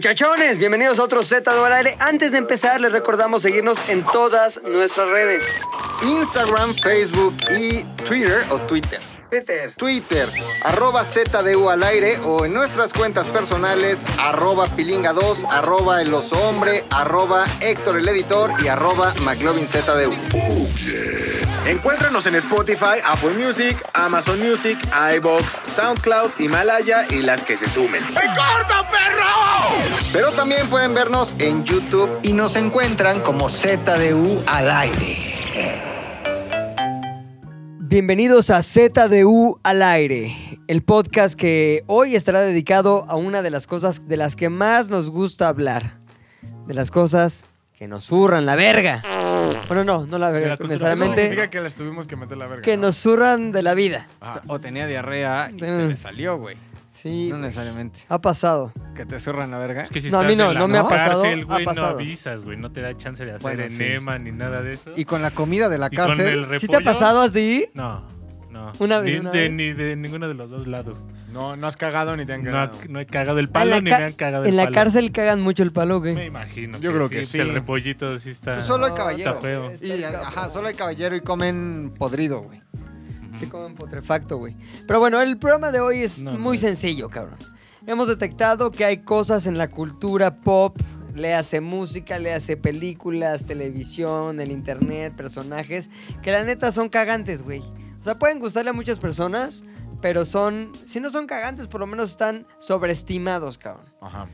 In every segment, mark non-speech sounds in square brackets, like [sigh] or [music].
Muchachones, bienvenidos a otro Z de aire. Antes de empezar, les recordamos seguirnos en todas nuestras redes. Instagram, Facebook y Twitter o Twitter. Twitter. Twitter, arroba ZDU al aire o en nuestras cuentas personales, arroba pilinga2, arroba el oso hombre, arroba Héctor el editor y arroba McLovinZDU. Encuéntranos en Spotify, Apple Music, Amazon Music, iBox, SoundCloud, Himalaya y las que se sumen. Pero también pueden vernos en YouTube. y nos encuentran como ZDU al aire. Bienvenidos a ZDU al aire, el podcast que hoy estará dedicado a una de las cosas de las que más nos gusta hablar, de las cosas que nos zurran la verga. Bueno, no, no la Pero verga, la cultura necesariamente significa que les tuvimos que meter la verga. que nos zurran de la vida. Ajá. O tenía diarrea y se Mm. le salió, güey. Sí, No necesariamente. ha pasado. Que te zurran la verga. Es que si No, a estás mí no, en la no me ha pasado, cárcel, ha güey, pasado. No avisas, güey, no te da chance de hacer Bueno, sí. enema ni nada de eso. Y con la comida de la Y con cárcel. el ¿Sí te ha repollo, pasado a ti? No, no. Una vez, Ni, una de, vez. ni de ninguno de los dos lados. No, no has cagado ni te han No, ha- cagado. no he cagado el En la palo ni me ca- han cagado el En la palo. cárcel cagan mucho el palo, Me güey. imagino. Yo creo que pues, sí. El repollito sí está. Solo hay No, caballero. está feo. Y, ajá, solo hay caballero y comen podrido, güey. Se comen putrefacto, güey. Pero bueno, el programa de hoy es No, no muy es. sencillo, cabrón. Hemos detectado que hay cosas en la cultura pop, le hace música, le hace películas, televisión, el internet, personajes, que la neta son cagantes, güey. O sea, pueden gustarle a muchas personas, pero son, si no son cagantes, por lo menos están sobreestimados, cabrón. Ajá.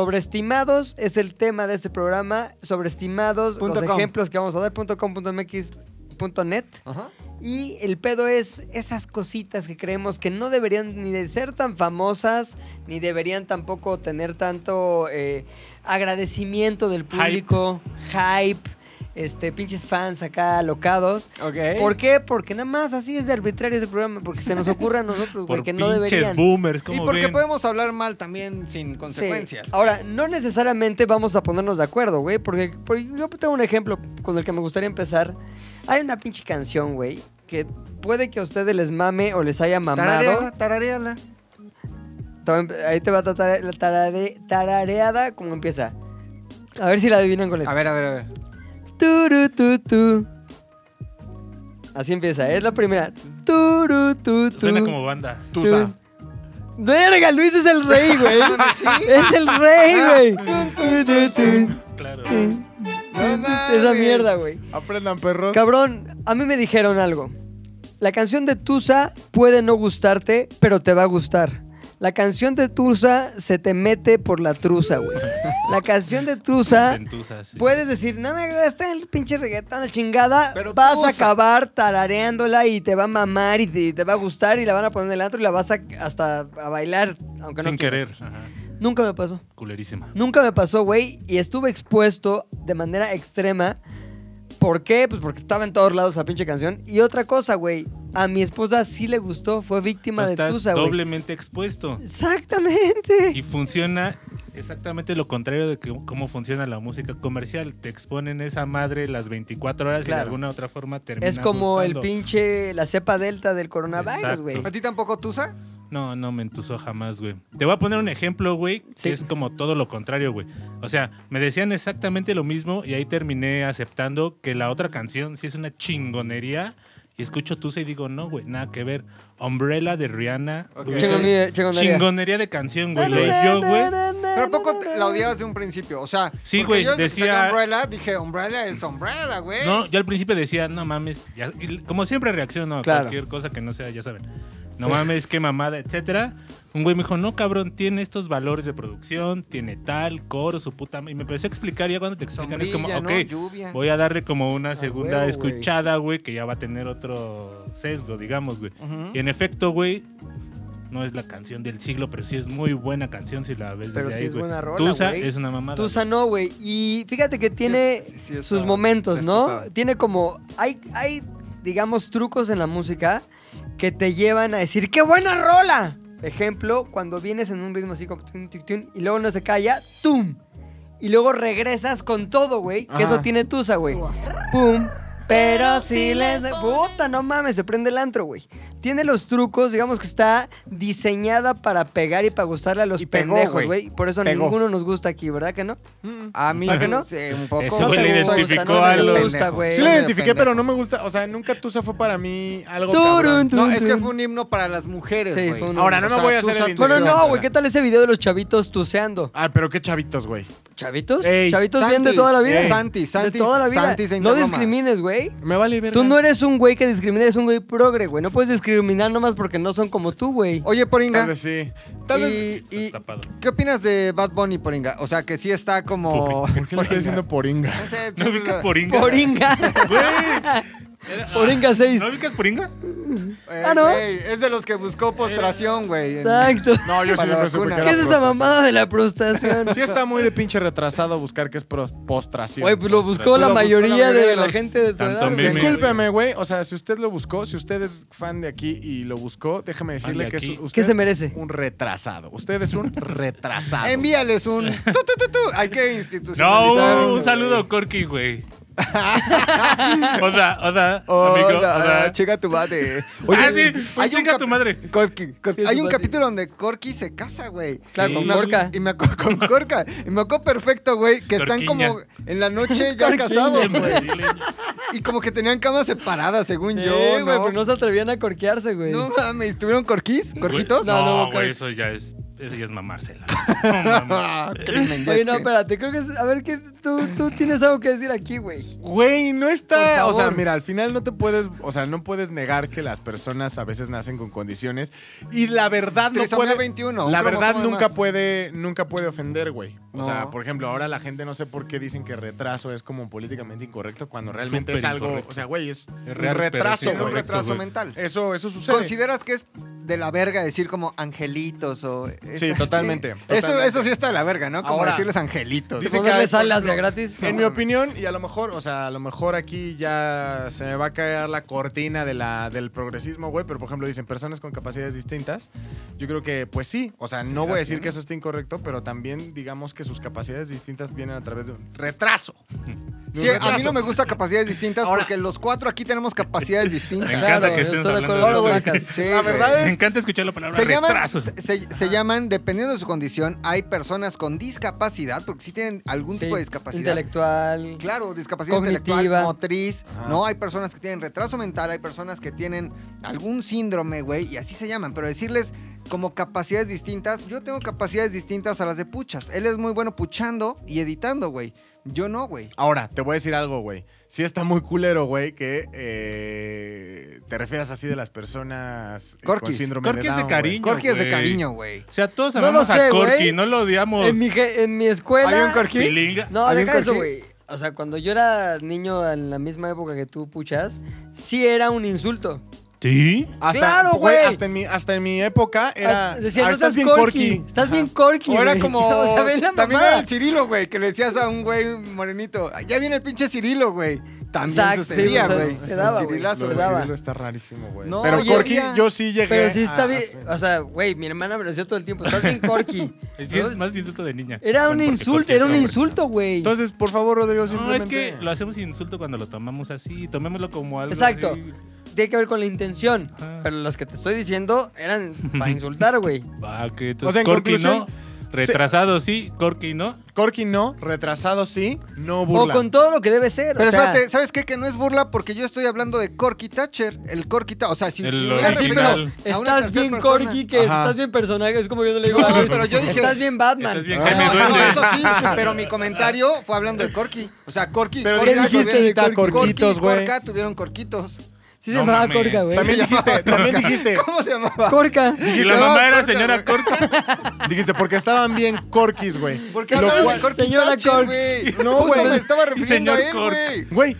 Sobreestimados es el tema de este programa. Sobreestimados, Punto los com. ejemplos que vamos a dar, punto .com, punto .mx, punto .net. Ajá. Y el pedo es esas cositas que creemos que no deberían ni de ser tan famosas, ni deberían tampoco tener tanto eh, agradecimiento del público, hype, este, pinches fans acá alocados. Ok. ¿Por qué? Porque nada más así es de arbitrario ese programa, porque se nos ocurre a nosotros, güey, Por que pinches no deberían. boomers, Y ¿cómo porque ven? podemos hablar mal también sin Sí. Ah, consecuencias. Ahora, no necesariamente vamos a ponernos de acuerdo, güey, porque, porque yo tengo un ejemplo con el que me gustaría empezar. Hay una pinche canción, güey, que puede que a ustedes les mame o les haya mamado. Tarareala, tarareala. Te va a empe- Ahí te va a tratar la tarare- tarareada como empieza. A ver si la adivinan con eso. A ver, a ver, a ver. Turu, tu, tu. Así empieza, es la primera. Turu, tu, tu. Suena como banda. Tusa. Verga, Luis es el [laughs] rey, güey. Es el Ah. rey, güey. Tu, tu, tu. Claro. No mames. [laughs] Esa mierda, güey. Aprendan, perros. Cabrón, a mí me dijeron algo. La canción de Tusa puede no gustarte, pero te va a gustar. La canción de Tusa se te mete por la truza, güey. La canción [laughs] de Tusa Ventuzas, sí. puedes decir, no me gusta el pinche reggaetón, la chingada. Pero vas Tusa. a acabar tarareándola y te va a mamar y te, te va a gustar y la van a poner en el antro y la vas a, hasta a bailar, aunque no Sin quieras. querer. Ajá. Nunca me pasó. Culerísima. Nunca me pasó, güey, y estuve expuesto de manera extrema. ¿Por qué? Pues porque estaba en todos lados la pinche canción. Y otra cosa, güey, a mi esposa sí le gustó, fue Tú víctima de estás Tusa, güey. doblemente expuesto. Exactamente. [laughs] Y funciona exactamente lo contrario de que- cómo funciona la música comercial. Te exponen esa madre las 24 horas y Claro. de alguna otra forma termina Es como el gustando. pinche, la cepa delta del coronavirus, Exacto. güey. ¿A ti tampoco tusa? No, no me entusó jamás, güey. Te voy a poner un ejemplo, güey, Sí. que es como todo lo contrario, güey. O sea, me decían exactamente lo mismo y ahí terminé aceptando que la otra canción sí es una chingonería. Y escucho Tusa y digo, no, güey, nada que ver. Umbrella de Rihanna. Ok. güey, Chingonería, chingonería. Chingonería de canción, güey. Lo yo, güey. Pero ¿a poco te- la odiabas de un principio. O sea, Sí, porque güey, yo desde que decía- salió Umbrella, dije, Umbrella es Umbrella, güey. No, yo al principio decía, no mames, ya- y como siempre reacciono a Claro. cualquier cosa que no sea, ya saben, no mames, qué mamada, etcétera. Un güey me dijo, no cabrón, tiene estos valores de producción, tiene tal, coro, su puta ma-". Y me empezó a explicar, ya cuando te explican es como, Sombrilla, ¿no? ok, Lluvia. voy a darle como una segunda huevo, güey. escuchada, güey, que ya va a tener otro sesgo, digamos, güey. Ujú. Y en efecto, güey, no es la canción del siglo, pero sí es muy buena canción si la ves Pero desde sí ahí, es güey. buena rola, Tusa güey. es una mamada. Tusa güey. no, güey. Y fíjate que tiene Sí, sí, sí, sus está momentos, ¿no? despistado. Tiene como. Hay, hay, digamos, trucos en la música que te llevan a decir, ¡qué buena rola! Ejemplo, cuando vienes en un ritmo así como tun, tun, tun, y luego no se calla, ¡tum! Y luego regresas con todo, güey. Que eso Ajá. tiene Tusa, güey. ¡Pum! Pero si le... Puta, no mames, se prende el antro, güey. Tiene los trucos, digamos que está diseñada para pegar y para gustarle a los Y pegó, pendejos, güey. güey. Por eso Pegó. ninguno nos gusta aquí, ¿verdad que no? A mí ¿Por qué no? sí, un poco. Ese me güey le gusta, identificó no me a los- pendejo. güey. Sí Soy la de identifiqué, pero no me gusta. O sea, nunca Tusa fue para mí algo Turun, cabrón. turun, No, es que turun. fue un himno para las mujeres, Sí, güey. fue un- Ahora, no O me sea, voy a tú hacer el saturas- Bueno, imbécil. no, güey, ¿qué tal ese video de los chavitos tuseando? Ah, pero qué chavitos, güey. ¿Chavitos? Ey, ¿Chavitos Santis, bien de toda la vida? eh, Santis, De Santis, toda la vida. Santis de no Interlomas. discrimines, güey. Me vale ver. Tú no eres un güey que discrimina, eres un güey progre, güey. No puedes discriminar nomás porque no son como tú, güey. Oye, Poringa, Tal vez sí. Tal vez. y, y- tapado. ¿qué opinas de Bad Bunny, Poringa? O sea, que sí está como... ¿Por qué le estoy Poringa. diciendo poringa? [laughs] No sé, ¿No ubicas Poringa? Poringa. Era- Poringa 6. Ah, ¿No ubicas Poringa? Eh, Ah, ¿no? güey, es de los que buscó postración, güey. en- Exacto. No, yo Para siempre la supe que vacuna. era ¿Qué es esa prostación. mamada de la prostación? Sí está muy de pinche retrasado buscar qué es pros- postración. Güey, pues lo buscó Pues la lo buscó mayoría de la los- gente de tu Tanto edad, güey. meme. Discúlpeme, güey. O sea, si usted lo buscó, si usted es fan de aquí y lo buscó, déjeme de decirle que es aquí. usted ¿Qué se merece? un retrasado. Usted es un [laughs] retrasado. Envíales un... tu, tu, tu, tu. Hay que institucionalizar. No, un güey. saludo a Corky, [laughs] güey. Oda, Oda, amigo, Hola, Oda. chica tu madre. [laughs] Ah, sí, pues hay un chinga cap- tu madre. Corky, Corky. Chinga Hay tu un madre. capítulo donde Corky se casa, güey. Claro, Y con me- Corca. Y me acuerdo [laughs] con Corca. Y me acuerdo perfecto, güey, que están Corquiña. como en la noche ya casados, güey. Y como que tenían camas separadas, según Sí, yo. güey, ¿no? pero no se atrevían a corquearse, güey. No mames, ¿tuvieron corquís? ¿Corquitos? No, no, No, no, güey, Corky. eso ya es, eso ya es mamársela. [laughs] No mames. Crimen, ya Oye, es no, crimen. espérate, creo que es- A ver, que tú, tú tienes algo que decir aquí, güey. Güey, no Por está. favor. O sea, mira, al final no te puedes. O sea, no puedes negar que las personas a veces nacen con condiciones. Y la verdad no Trisomía puede. 21, un la verdad cromosoma nunca más. puede, nunca puede ofender, güey. O No. sea, por ejemplo, ahora la gente no sé por qué dicen que retraso es como políticamente incorrecto cuando realmente Súper es algo. incorrecto. O sea, güey, es, un real, pero retraso, sí, Tienen un güey. correcto, retraso güey. mental. Eso, eso sucede. ¿Consideras que es de la verga decir como angelitos o... Sí, totalmente, Eso, totalmente. eso sí está de la verga, ¿no? Como Ahora, decirles angelitos. Dicen Dicen que que hay, por sale hacia ejemplo, gratis. En mi opinión, y a lo mejor, o sea, a lo mejor aquí ya se me va a caer la cortina de la, del progresismo, güey, pero por ejemplo dicen personas con capacidades distintas. Yo creo que, pues sí, o sea, no voy a decir que eso esté incorrecto, pero también digamos que sus capacidades distintas vienen a través de un retraso. De un Sí, a mí retraso. no me gusta capacidades distintas porque los cuatro aquí tenemos capacidades distintas. Me encanta Claro, que yo estén estoy de hablando acuerdo de con Blanca. esto. Sí, [laughs] La güey. verdad Me encanta escuchar la palabra Se llaman, retraso. se, se- se llaman, dependiendo de su condición, hay personas con discapacidad, porque sí tienen algún Sí, tipo de discapacidad. Intelectual. Claro, discapacidad Cognitiva. intelectual, motriz, ¿no? Hay personas que tienen retraso mental, hay personas que tienen algún síndrome, güey, y así se llaman. Pero decirles como capacidades distintas, yo tengo capacidades distintas a las de puchas. Él es muy bueno puchando y editando, güey. Yo no, güey. Ahora, te voy a decir algo, güey. Sí está muy culero, güey, que eh, te refieras así de las personas eh, con Corquis. síndrome Corquis de Down, güey. cariño. Corky es de güey. cariño, güey. O sea, todos No lo amamos sé, a Corky, güey. no lo odiamos. En mi, ge- en mi escuela. ¿Había un Corky? Pilinga. No, ¿Había un deja eso, Corky? güey. O sea, cuando yo era niño en la misma época que tú puchas, sí era un insulto. ¿Sí? Hasta, ¡Claro, güey! Hasta en, mi, hasta en mi época era. Ah, Decían, "Ah, no estás estás bien corky. corky. Estás bien corky. [laughs] O era güey. como. O sea, ven la también mamada. era el Cirilo, güey, que le decías a un güey morenito. "Ah, Ya viene el pinche Cirilo, güey. También Exacto, sucedía, sí, o sea, güey. se daba, El güey, Cirilazo, Lo se de güey. daba. Cirilo está rarísimo, güey. No, pero y Corky, había- yo Ah, sí llegué. Pero sí está a- bien. O sea, güey, mi hermana me lo decía todo el tiempo. Estás bien corky. Sí, es más insulto de niña. Era un Porque insulto, Corky era un hombre. insulto, güey. Entonces, por favor, Rodrigo, No, es simplemente. que lo hacemos insulto cuando lo tomamos así. Tomémoslo como algo. Exacto. así. Ah. Tiene que ver con la intención. Ajá. Pero los que te estoy diciendo eran para insultar, güey. Ah, que O sea, entonces en Corky no. conclusión, Retrasado sí, Corky no. Corky no, retrasado sí, no O burla. con todo lo que debe ser. Pero o sea, espérate, ¿sabes qué? Que no es burla porque yo estoy hablando de Corky Thatcher. El Corky Thatcher. O sea, si El me hubiera referido original. a una Estás tercera bien persona- corky, que Ajá. estás bien personaje. Es como yo le digo. No, a Alex, pero yo dije- Estás bien Batman. Estás bien, No, Jaime no, Duende. eso sí, pero mi comentario fue hablando de Corky. O sea, Corky. Pero Corky, dijiste tuvieron- de Corky? Corquitos, Corky y güey. Corca tuvieron corquitos. Ah, Sí se No llamaba mames. Corca, güey. También dijiste, también dijiste, [laughs] ¿Cómo se llamaba? Corca. Y la no, mamá era Corky, señora güey. Corky. "Oh", dijiste, porque estaban bien Corkis, güey. [laughs] ¿Por qué Lo hablaron de cual- Corky Señora Thatcher, Corks. güey? No, Justo güey. me estaba refiriendo a Señor él, Cork. güey. Güey,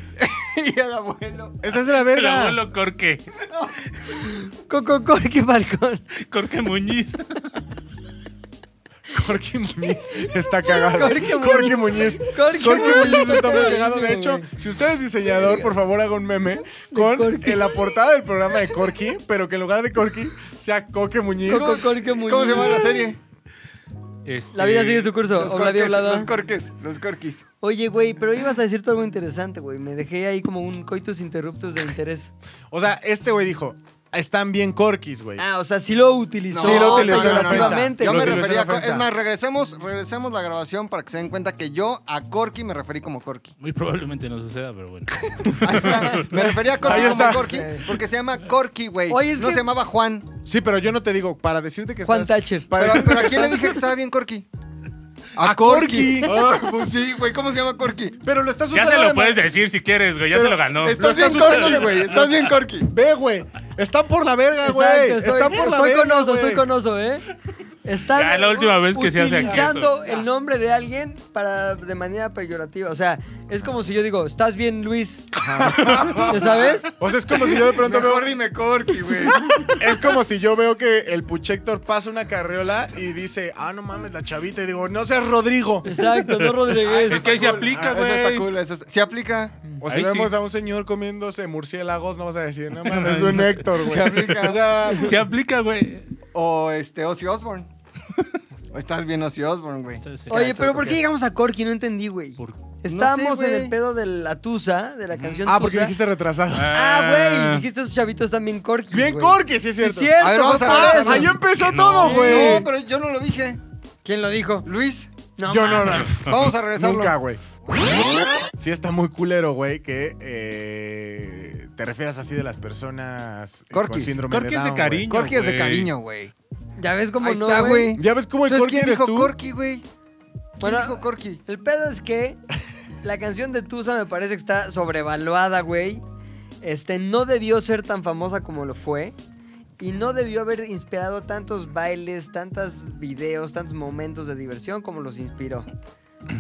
Y al abuelo. estás de la El verga. abuelo Corque. Coco Corky Falcón. Corque Muñiz. Corky Muñiz está cagado. Corky Muñiz. Corky Muñiz. Corky Corky Muñiz está muy Muñiz. cagado. De hecho, si usted es diseñador, por favor haga un meme con Corky. eh, la portada del programa de Corky, pero que en lugar de Corky sea Coque Muñiz. Coco Corky Muñiz. ¿Cómo se llama la serie? Este, La vida sigue su curso. Los Obladí, corques, oblada. los corques, los corquis. Oye, güey, pero ibas a decirte algo interesante, güey. Me dejé ahí como un coitus interruptus de interés. O sea, este güey dijo, están bien corquis, güey. Ah, o sea, sí lo utilizó. Sí lo utilizó en la ofensa. peyorativamente, Yo Lo me güey. utilizó en refería a ofensa. cor- Es más, regresemos, regresemos la grabación para que se den cuenta que yo a Corky me referí como Corky. [laughs] Muy probablemente no suceda, pero bueno. Ahí está, me refería a Corky Ahí como está. Corky porque se llama Corky, güey. Oye, es No que- se llamaba Juan. Sí, pero yo no te digo, para decirte que Juan estás... Thatcher. para Pero, decir- pero ¿a [laughs] quién le dije que estaba bien Corky? Pues, ¡A Corky! [laughs] Ah, pues sí, güey. ¿Cómo se llama Corky? Pero lo estás usando... Ya se de lo ma- puedes decir si quieres, güey. Ya se lo ganó. Estás Lo bien estás usando- Corky, güey. Estás bien [laughs] Corky. Ve, güey. Está por la verga, güey. Exacto, estoy, Está por la estoy verga, con oso, güey. estoy con oso, ¿eh? Están Ya, la última vez que se hace aquí utilizando el nombre de alguien para de manera peyorativa. O sea, es como si yo digo, estás bien, Luis. ¿Ya sabes? O sea, es como si yo de pronto veo... Mejor dime Corky, [laughs] güey. ah, Es como si yo veo que el Puchector pasa una carriola y dice, ah, no mames, la chavita. Y digo, no seas Rodrigo. Exacto, no Rodríguez. Es que ahí se aplica, Ah, Eso está güey. cool. Eso está- Se aplica. O si Ahí sí. vemos a un señor comiéndose murciélagos, no vas a decir, no mames, es un Héctor, [laughs] güey. Se aplica. O sea, Se aplica, güey. O este Ozzy [laughs] Osbourne. O estás bien Ozzy Osbourne, güey. Ah, Oye, pero ¿por ¿por qué qué? llegamos a Corky? No entendí, güey. ¿Por qué? Estábamos No sé, en el güey. pedo de la Tusa, de la canción ah, porque Tusa. dijiste retrasado. Ah, güey, dijiste esos chavitos también Corky. [laughs] Bien güey. Corky, sí es Sí, es Ah, cierto. Ah, cierto. A ver, vamos fue a por ver, eso. Ahí em- empezó No. todo, güey. No, pero yo no lo dije. ¿Quién lo dijo? Luis, Yo no, no. vamos a regresarlo. Nunca, güey. Sí está muy culero, güey, que eh, te refieras así de las personas eh, con Corquis. síndrome Corquis de de Down, güey. cariño. Corky es de güey. cariño, güey. Ya ves cómo Ahí no, está, güey. ¿Ya ves cómo el Entonces, Corky ¿quién eres dijo tú? Corky, güey? ¿Quién Bueno, dijo Corky? El pedo es que la canción de Tusa me parece que está sobrevaluada, güey. Este, no debió ser tan famosa como lo fue. Y no debió haber inspirado tantos bailes, tantos videos, tantos momentos de diversión como los inspiró.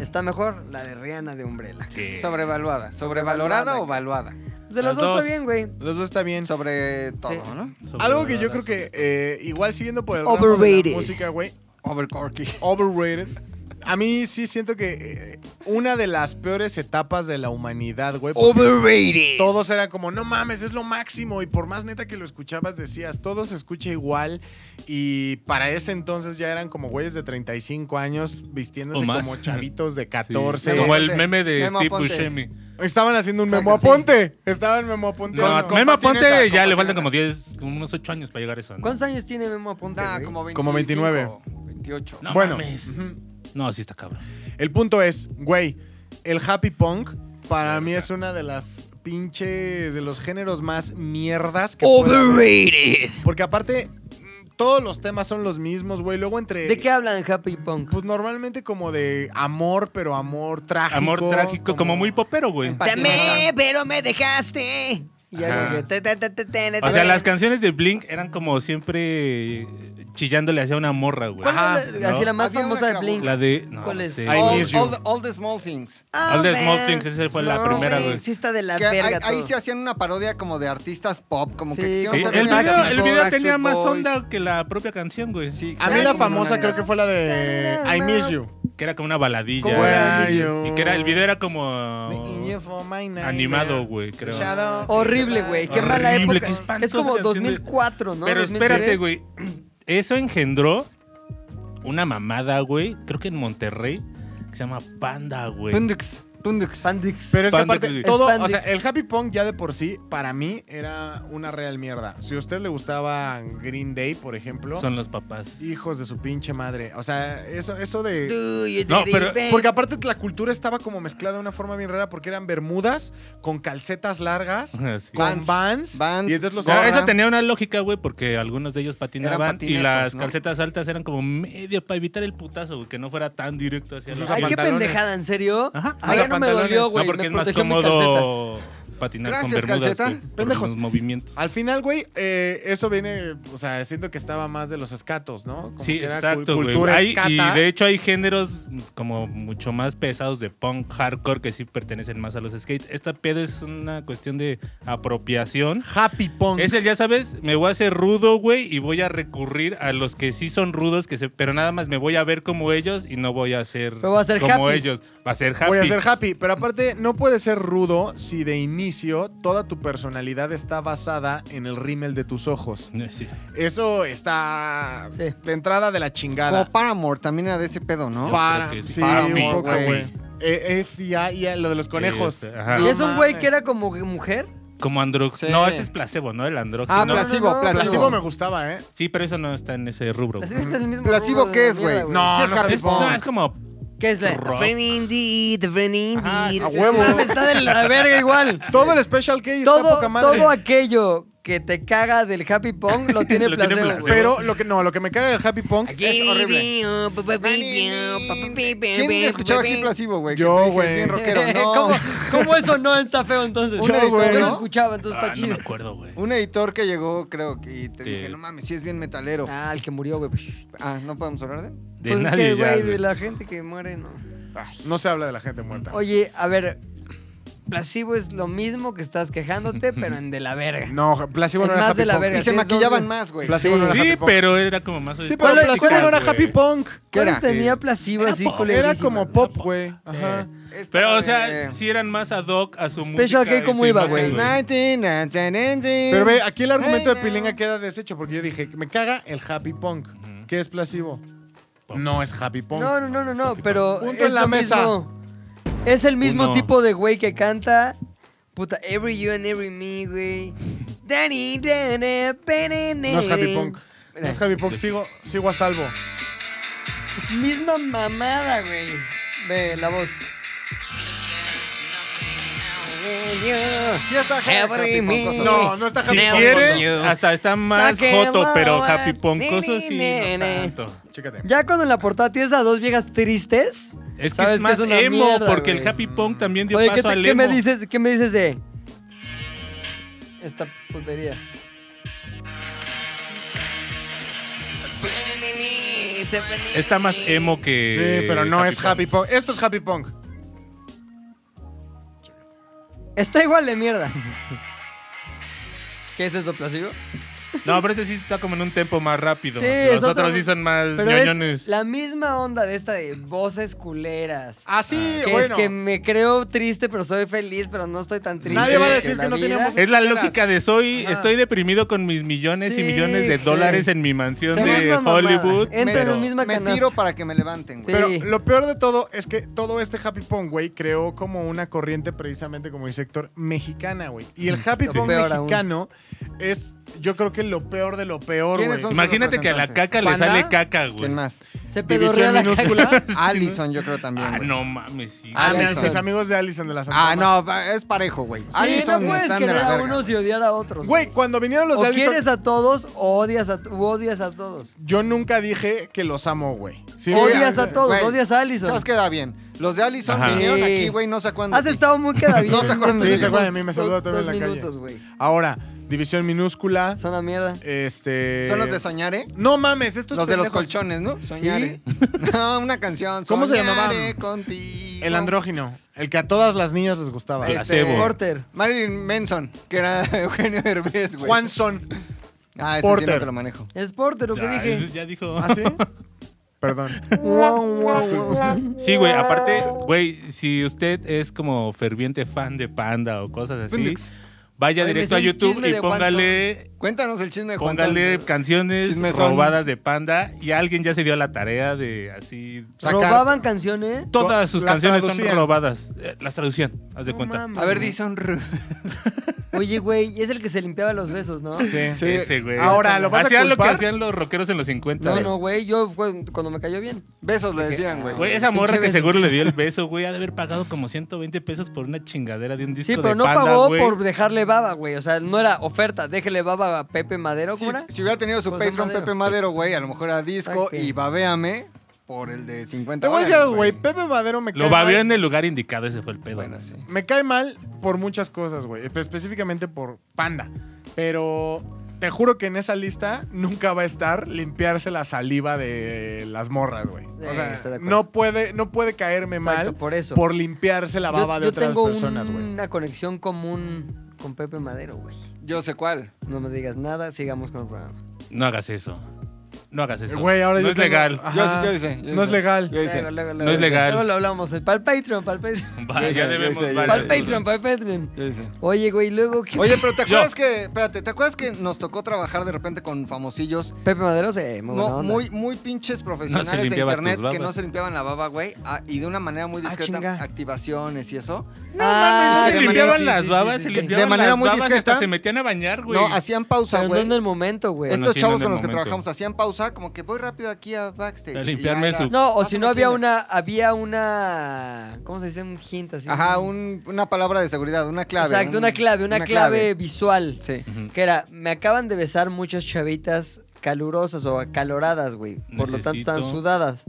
Está mejor la de Rihanna de Umbrella. Sí. Sobrevaluada. ¿Sobrevalorada Sobrevalorada. o valuada? De los Las dos dos. está bien, güey. Los dos está bien. Sobre todo, Sí. ¿no? Algo que yo creo que, eh, igual siguiendo por el ramo de Overrated. la música, güey, Over Corky. overrated. A mí sí siento que eh, una de las peores etapas de la humanidad, güey. porque Overrated. Todos eran como, no mames, es lo máximo. Y por más neta que lo escuchabas, decías, todo se escucha igual. Y para ese entonces ya eran como güeyes de 35 años vistiéndose O más. como chavitos de [laughs] Sí. 14. Como el Ponte. meme de Memo, Steve ponte. Buscemi. Estaban haciendo un memo Exacto, sí. aponte. Estaban memo aponte. No, ¿no? con Memo patineta, Aponte con ya le patineta. faltan como 10, como unos 8 años para llegar a eso. ¿no? ¿Cuántos años tiene Memo Aponte, Nah, güey? Ah, como 25. Como 29. 28. No Bueno. mames. Ujú. No, sí está cabrón. El punto es, güey, el happy punk para mí es una de las pinches de los géneros más mierdas que puede haber. Overrated. Porque aparte mm, todos los temas son los mismos, güey. Luego entre ¿De qué hablan Happy Punk? pues normalmente como de amor, pero amor trágico. Amor trágico, como, muy popero, güey. Empa- Patineta. pero me dejaste. Y ya Ajá. como que, ta, ta, ta, ta, ta, O sea, ta. las canciones de Blink eran como siempre eh, chillándole hacia una morra, güey. ¿Cuál Ajá, es la, así ¿no? la más Había una famosa de que Blink? La de. No, ¿Cuál no es? sé, Ay, güey. Miss All, You. all- all the small things. All the man. Small Things, esa fue la Small primera, Things, güey. Sí está de la Que verga ahí, ahí todo. se hacían una parodia como de artistas pop, como Sí, que quisieron sí. Sí, ser Son el una video, Backstreet el video Boys, tenía más Boys. onda que la propia canción, güey. Sí, A claro, mí la como famosa una- creo que fue la de I Miss You. Que era como una baladilla. Como era güey. I Miss You. y que era, el video era como. Animado, güey, creo. Horrible, güey. Qué mala Horrible, época. qué espanto es como esa canción de- 2004, ¿no? Pero 2003. espérate, güey. Eso engendró una mamada, güey. Creo que en Monterrey. Que se llama Panda, güey. Pundux, Pundux. Pandix. Pero es que Spandex, aparte, güey. todo, o sea, Spandex. el happy punk ya de por sí, para mí, era una real mierda. Si a usted le gustaba Green Day, por ejemplo, Son los papás. hijos de su pinche madre. O sea, eso, eso de... No, pero- [laughs] Porque aparte la cultura estaba como mezclada de una forma bien rara porque eran bermudas con calcetas largas, Ajá, Ah, sí. con Vans. vans, Vans, y entonces los... O sea, Gorra. eso tenía una lógica, güey, porque algunos de ellos patinaban y patinetas, las ¿no? calcetas altas eran como medio para evitar el putazo, güey, que no fuera tan directo hacia la Ay, qué pantalones. pendejada, ¿en serio? Ajá. Ay, ya no me Pantalones. dolió, No, güey. porque me es más protegió mi calceta. cómodo patinar Gracias, con bermudas, calceta. güey, por Pendejos. los movimientos. Al final, güey, eh, eso viene, o sea, siento que estaba más de los escatos, ¿no? Como Sí, que era exacto, cul- güey. cultura Hay- Y escata. de hecho hay géneros como mucho más pesados de punk hardcore que sí pertenecen más a los skates. Esta pedo es una cuestión de apropiación. Happy punk. Es el, ya sabes, me voy a hacer rudo, güey, y voy a recurrir a los que sí son rudos, que se, pero nada más me voy a ver como ellos y no voy a ser, Pero voy a ser como happy. ellos. Va a ser happy. Voy a ser happy, pero aparte no puede ser rudo si de inicio, toda tu personalidad está basada en el rímel de tus ojos. Eh, Sí. Eso está Sí. de entrada de la Como chingada. Paramore también era de ese pedo, ¿no? Para, creo que sí. sí, Para un mí, poco, güey. güey. E- F.I.A. y lo de los conejos. Este, ajá. Y es un güey mames. que era como que mujer. Como androx. Sí. No, ese es placebo, ¿no? El androx. Ah, no. placebo, no, no, no, placebo. Placebo me gustaba, ¿eh? Sí, pero eso no está en ese rubro. güey. Así está en el mismo ¿Placebo rubro de qué la es, güey? mierda, No, Sí es no, Harry Es, no, Potter. es como. ¿Qué es la? Rock. Friend Indeed, Friend Ajá, Indeed. a huevo. Ah, Está de la verga igual. Todo el Special K está todo, poca madre. todo aquello que te caga del Happy Pong [laughs] lo tiene Lo tiene placebo. placebo. güey. Pero lo que no, lo que me caga del Happy Punk es horrible. ¿Quién escuchaba aquí Placebo, güey? Yo, Que tú dices, güey. [laughs] Bien rockero, no. ¿Cómo, cómo eso no está feo entonces? Un editor, Yo lo ¿no? escuchaba, entonces Ah, está no me chido. acuerdo, güey. Un editor que llegó, creo, y te Sí. dije, no mames, sí es bien metalero. Ah, el que murió, güey. Pues Ah, ¿no podemos hablar de él? De es nadie que, ya. güey, güey. la gente que muere, no. No se habla de la gente muerta. Oye, a ver, placebo es lo mismo que estás [laughs] quejándote, pero en de la verga. No, Placebo El no era más Happy de la Punk. verga. Y se sí, maquillaban ¿dónde? más, güey. Placebo no era Sí, Happy Punk. pero era como más. Sí, pero ¿Cuál- Placebo cuál no era güey. Happy Punk. este ¿Qué ¿Cuáles era? tenía placebo Era así pop, Era culerísimas, como güey? pop, güey. Ajá. Esta eh, Pero, o de- sea, sí eran más ad hoc a su Special música K, y Eh. ¿cómo su iba, imagen, güey? Pero Pero ve, aquí el argumento de Ay, no. Pilinga queda deshecho porque yo dije, me caga el Happy Punk. Ujú. ¿Qué es placebo? No es Happy Punk. No, no, no, no, no, pero Punto es en la lo mesa. mismo. Es el mismo Uno. tipo de güey que canta. Puta, every you and every me, güey. Daddy, daddy, perene. No es Happy Punk. No Mira, es Happy Punk, sigo, sigo a salvo. es misma mamada, güey. De la voz. Ya está, Every me. No, no está Si Happy Punk. quieres, You. hasta está más Saque joto, la pero hora. Happy Punk, Ni, cosas ni, sí, ni, ni. no tanto. Chécate. Ya cuando en la portada tienes a dos viejas tristes. Es que Sabes es más es una emo, mierda, porque el güey. Happy Punk también dio Oye, ¿qué, paso te- al qué emo. me dices, ¿qué me dices de esta putería? Está más emo que. Sí, Eh, pero no es Punk. Happy Punk. Esto es Happy Punk. Está igual de mierda. ¿Qué es eso, placebo? No, pero este sí está como en un tempo más rápido. Sí, es Los otro- otros sí son más Pero es ñoñones. la misma onda de esta de voces culeras. Así, ah, que Ah, bueno. es que me creo triste, pero soy feliz, pero no estoy tan triste. Nadie va a de decir la que no vida. tenemos- Es la lógica de soy, Ajá. estoy deprimido con mis millones Sí, y millones de sí. dólares en mi mansión Se de llama mamada. Hollywood. Entra en pero- la misma Me canasta. tiro para que me levanten, güey. Pero Sí. lo peor de todo es que todo este Happy Punk, güey, creó como una corriente precisamente como el sector mexicana, güey. Y el Happy Mm, Lo Punk peor aún. mexicano es, yo creo que lo peor de lo peor, ¿Quiénes güey. son? Imagínate que a la caca le ¿Panda? sale caca, güey. ¿Quién [laughs] más? Se pedorrea División la caca. minúscula. Allison, yo creo también, Ah, güey. no mames, sí. Ah, mira, Allison. sus amigos de Allison de la Santa Ah, Ana. no, va- es parejo, güey. Sí, no Allison puedes están de querer la a verga, unos güey. y odiar a otros. Güey, cuando vinieron los o de Allison, quieres a todos o odias a, u odias a todos. yo nunca dije que los amo, güey. Sí, Sí, güey. odias a todos, güey. odias a Allison. ¿Sabes queda bien? Los de Allison Ajá. vinieron Sí. aquí, güey, no se acuerdan. Has de ti. estado muy quedadito. [laughs] No se acuerdan de Sí, mí. se acuerdan de mí, me saludó Dos- también en la dos calle. minutos, güey. Ahora, División minúscula, Son una mierda. este... Son los de Soñare. No mames, estos Los de los pendejos. colchones, ¿no? [laughs] Soñare. No, una canción. ¿Cómo se Soñaré llamaban? contigo. El andrógino, el que a todas las niñas les gustaba. Este, Placebo. Porter. Marilyn Manson, que era [laughs] Eugenio Derbez, güey. Juanson. Ah, ese sí no Porter. te lo manejo. Es Porter, lo que Ya, dije. es- ya dijo. ¿Ah, sí? [laughs] Perdón. Sí, güey, aparte, güey, si usted es como ferviente fan de Panda o cosas así, Phoenix. vaya Ay, me directo a sé un YouTube chisme y de póngale, Cuéntanos el chisme de Juanson. póngale canciones Chismezón. robadas de Panda y alguien ya se dio a la tarea de así sacar. Robaban canciones. Todas sus Las canciones traducían. son robadas. Eh, las traducían, haz de No cuenta. mames. A ver, Dison. Oye, güey, es el que se limpiaba los besos, ¿no? Sí. Ese, güey. Ahora, ¿lo vas a Hacían lo que culpar? hacían los rockeros en los 50. No, güey. no, güey, yo fue cuando me cayó bien. Besos le decían, güey. Ah, Güey, esa morra Pinche que besos. seguro le dio [laughs] el beso, güey, ha de haber pagado como 120 pesos por una chingadera de un disco Sí, pero de no Panda, pagó güey. por dejarle baba, güey. O sea, no era oferta. Déjele baba a Pepe Madero, Si, ¿cómo era? si hubiera tenido su Pues, José Patreon Madero. Pepe Madero, güey, a lo mejor era disco Exacto. y babeame por el de 50 Te voy a dólares, decir algo, güey. Pepe Madero me cae Lo babió en mal. el lugar indicado, ese fue el pedo. Bueno, sí. Me cae mal por muchas cosas, güey. Espe- Específicamente por Panda. Pero te juro que en esa lista nunca va a estar limpiarse la saliva de las morras, güey. Sí, O sea, estoy de acuerdo. no puede, no puede caerme Exacto, mal por eso. por limpiarse la baba yo, de yo otras tengo personas, güey. una conexión común con Pepe Madero, güey. Yo sé cuál. No me digas nada, sigamos con el programa. No hagas eso. no hagas eso. Güey, ahora no yo es tengo- legal. Ah, Va, Ajá. Yo, yo hice, yo No es hice, legal. yo hice. Luego, luego, No luego, es legal. Luego lo hablamos. Para el Patreon, para el [laughs] Patreon. Ya sé, ya ya debemos sé, ya varias Para el sé. cosas. Patreon, para el Patreon. yo hice. Oye, güey, luego que [laughs] Oye, pero ¿te Yo. acuerdas que, espérate, ¿te acuerdas que nos tocó trabajar de repente con famosillos? Pepe Madero se muy buena No, onda. muy, muy pinches profesionales de limpiaba tus internet que babas. no se limpiaban la baba, güey, ah, y de una manera muy Ah, discreta, chinga. activaciones y eso. No, mames, no, Ah, de Se manera- limpiaban sí, las sí, babas, sí, se sí. limpiaban De manera las muy babas, discreta. hasta se metían a bañar, güey. No, hacían pausa, pero no güey. en el momento, güey. Bueno, Estos sí, no chavos en con el los que momento. trabajamos hacían pausa, como que voy rápido aquí a backstage. A y limpiarme ya era- su- No, o Pásame si no había Kleenex. una, había una, ¿cómo se dice? Un hint así. Ajá, un- una palabra de seguridad, una clave. Exacto, un- una clave, una, clave, visual. Sí. Ujú. Que era, me acaban de besar muchas chavitas calurosas o acaloradas, güey. Por lo tanto, están Necesito- sudadas.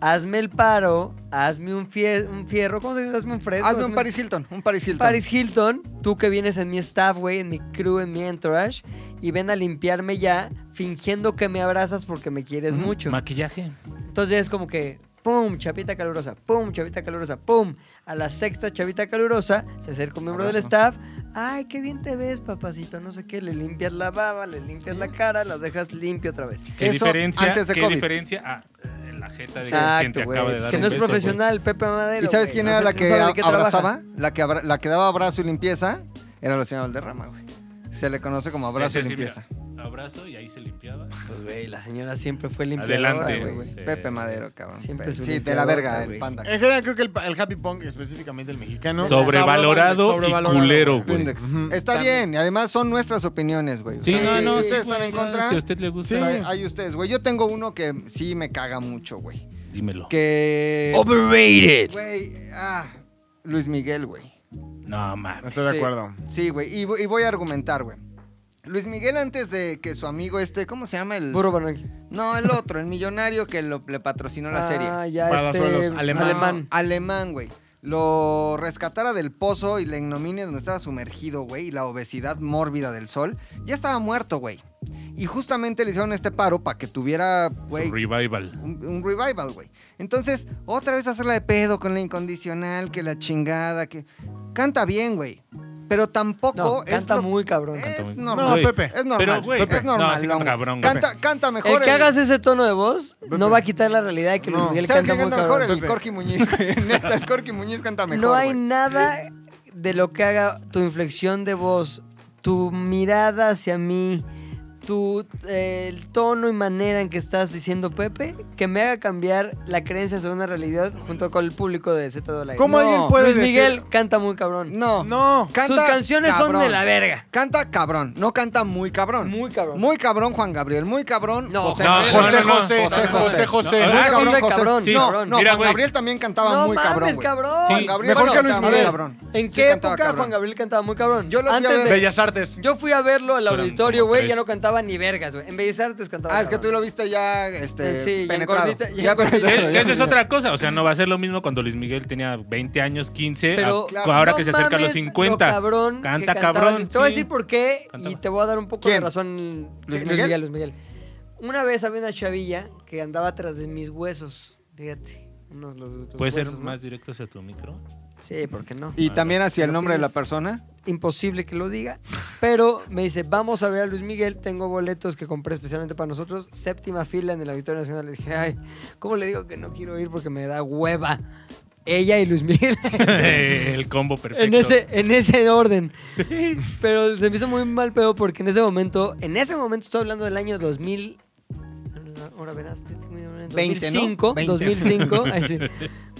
Hazme el paro, hazme un, fie- un fierro, ¿cómo se dice? Hazme un fresco. Hazme Ah, un Paris Hilton, un Paris Hilton. Paris Hilton, tú que vienes en mi staff, güey, en mi crew, en mi entourage, y ven a limpiarme ya fingiendo que me abrazas porque me quieres mucho. Maquillaje. Entonces ya es como que, pum, chavita calurosa, pum, chavita calurosa, pum. A la sexta chavita calurosa, se acerca un miembro del staff. Ay, qué bien te ves, papacito, no sé qué. Le limpias la baba, le limpias la cara, la dejas limpia otra vez. ¿Qué Eso diferencia? antes de ¿Qué COVID. diferencia a eh, la jeta de quien te Exacto, güey. acaba de Es dar que un no es beso, güey? profesional, Pepe Madero. ¿Y sabes güey. quién No era sé- la no que sabe de qué trabaja. abrazaba? La que, abra- la que daba abrazo y limpieza era la señora Valderrama, güey. Se le conoce como abrazo Ese y sí, limpieza. mira, Abrazo y ahí se limpiaba. Pues, güey, la señora siempre fue limpiadora, Adelante. güey. güey. Eh, Pepe Madero, cabrón. siempre es un sí, de la verga, güey. el panda. En general, creo que el, pa- el Happy Punk, específicamente el mexicano. Sobrevalorado y culero, güey. Pundex. Ujú. Está bien, y además son nuestras opiniones, güey. O Sí, sea, no, si no. ustedes sí, están en güey, contra. Si a usted le gusta, o sea, Hay ustedes, güey. Yo tengo uno que sí me caga mucho, güey. dímelo. Que. Overrated. Güey, ah, Luis Miguel, güey. No, mames. Estoy de Sí. acuerdo. Sí, güey, y, voy- y voy a argumentar, güey. Luis Miguel antes de que su amigo este, ¿cómo se llama el? Burro Barranqui. No, el otro, el millonario que lo- le patrocinó la serie. Ah, ya Palazuelos, este, alemán. alemán. No, alemán, güey. Lo rescatara del pozo y la ignominia donde estaba sumergido, güey, y la obesidad mórbida del sol. Ya estaba muerto, güey. Y justamente le hicieron este paro para que tuviera, güey, Su revival. un, un revival, güey. Entonces, otra vez hacerla de pedo con la incondicional, que la chingada, que. Canta bien, güey. Pero tampoco No, es. canta lo- muy cabrón. Es muy- normal. No, Güey, Pepe. Es normal. Pero, güey, es Pepe. normal. No, sí canta cabrón, güey. canta, canta mejor. El que hagas ese tono de voz no va a quitar la realidad de que Luis No. Miguel ¿Sabes canta quién muy canta mejor? cabrón. El Corky Muñiz, güey. [laughs] Neta, el Corky Muñiz canta mejor. no hay güey. nada de lo que haga tu inflexión de voz, tu mirada hacia mí, tu eh, el tono y manera en que estás diciendo Pepe, que me haga cambiar la creencia sobre una realidad junto con el público de Z de ¿Cómo No, alguien puede Luis decir- Miguel canta muy cabrón. No. No. Canta Sus canciones son cabrón. de la verga. Canta cabrón, no canta muy cabrón. Muy cabrón. Muy cabrón Juan Gabriel, muy cabrón No, José no, Manuel. no, José no, no. José. José José. José José. No, Muy ah, sí, cabrón, soy José. cabrón. Sí, no, cabrón. no, Mira, Juan güey. Gabriel también cantaba No muy mames, cabrón. güey. cabrón. Juan Gabriel Mejor que Luis cantaba Miguel. muy cabrón. ¿En Sí qué cantaba época cabrón. Juan Gabriel cantaba muy cabrón? Yo lo fui a Antes ver. de- Bellas Artes. Yo fui a verlo al Fueron auditorio, como güey, ya tres. no cantaba ni vergas, güey. En Bellas Artes cantaba. Ah, es que cabrón. tú lo viste ya este Eh, sí, ya penetrado. engordita- ya Ya engordita. Que- penetrado, que [laughs] ya Eso es penetrado. otra cosa. O sea, no va a ser lo mismo cuando Luis Miguel tenía 20 años, 15. Pero- a- Claro. Eh, ah, ahora No que se acerca a mames, los 50. lo cabrón que Canta cantaba. cabrón, Te voy a sí. decir por qué y Cantaba. te voy a dar un poco de ¿Quién? razón. ¿Luis que- Miguel? Luis Miguel. Una vez había una chavilla que andaba tras de mis huesos. Fíjate. Unos, los, los ¿Puedes ser huesos, ¿no? más directo hacia tu micro? [laughs] Sí, ¿por qué no? Y también hacia el Lo nombre de la tienes. persona. Imposible que lo diga. Pero me dice, vamos a ver a Luis Miguel. Tengo boletos que compré especialmente para nosotros. Séptima fila en el Auditorio Nacional. Le dije, ay, ¿cómo le digo que no quiero ir porque me da hueva? Ella y Luis Miguel. [laughs] el combo perfecto. En ese, en ese orden. Pero se me hizo muy mal pedo porque en ese momento, en ese momento estoy hablando del año 2000. Ahora verás, 20, ¿no? 2005, 20. 2005, ay, sí.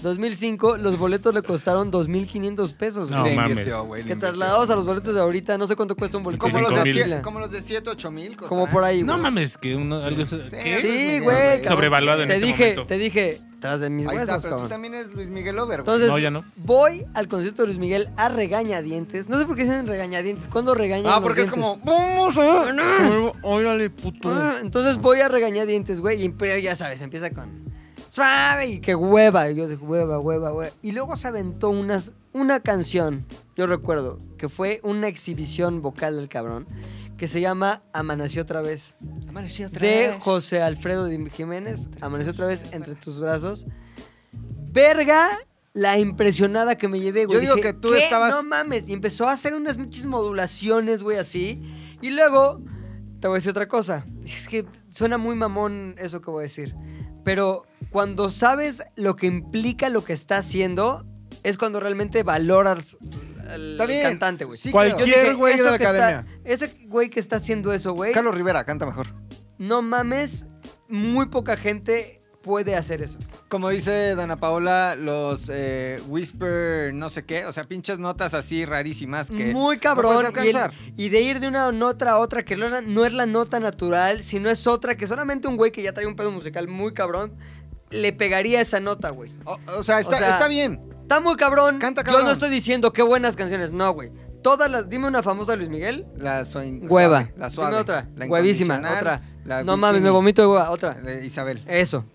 2005, los boletos le costaron 2.500 pesos. No güey. Le mames. invirtió, güey, le que invirtió. trasladados a los boletos de ahorita, no sé cuánto cuesta un boleto. Como Como de los, de 5,000. siete, fila. como los de 7, 8 mil. Como por ahí. No güey. mames, que uno. Algo, es- ¿qué? Sí, Sí, Luis güey. Miguel, cabrón. Sobrevaluado en Te este dije, momento. te dije, tras de mis Ahí huesos, está, pero tú cabrón. también eres Luis Miguel Over, güey. Entonces, No, ya no. voy al concierto de Luis Miguel a regañadientes. No sé por qué dicen regañadientes. ¿Cuándo regañan Ah, los porque es dientes? como, ah, vamos a... Órale, puto. Ah, entonces voy a regañadientes, güey. Y pero ya sabes, empieza con suave y que hueva. Y yo dije, hueva, hueva, hueva. Y luego se aventó unas, una canción, yo recuerdo, que fue una exhibición vocal del cabrón, que se llama Amaneció otra vez. Amaneció otra De vez. José Alfredo Dim- Jiménez, Amaneció otra vez entre tus brazos. Verga. La impresionada que me llevé, güey. Yo digo Dije, que tú "¿Qué? estabas- No mames. Y empezó a hacer unas muchas modulaciones, güey, así. Y luego te voy a decir otra cosa. Es que suena muy mamón eso que voy a decir, pero cuando sabes lo que implica lo que está haciendo, es cuando realmente valoras al Está bien. cantante, güey. Sí, Cualquier Yo dije, güey de eso la que está- academia. ese güey que está haciendo eso, güey, Carlos Rivera canta mejor. no mames, muy poca gente puede hacer eso. Como dice Dana Paola, los eh, whisper no sé qué, o sea, pinches notas así rarísimas que... Muy cabrón. no puedes y, el- alcanzar. y de ir de una nota a otra, que no era- no es la nota natural, sino es otra que solamente un güey que ya trae un pedo musical muy cabrón le pegaría esa nota, güey. O, o sea, está, O sea, está bien. Está muy cabrón. Canta Yo cabrón. no estoy diciendo qué buenas canciones, no, güey. Todas las. Dime una famosa de Luis Miguel. La suave, Hueva. La suave. Dime otra. la Huevísima. incondicional, Otra. la no mames, bikini me vomito de hueva. Otra. de Isabel. Eso.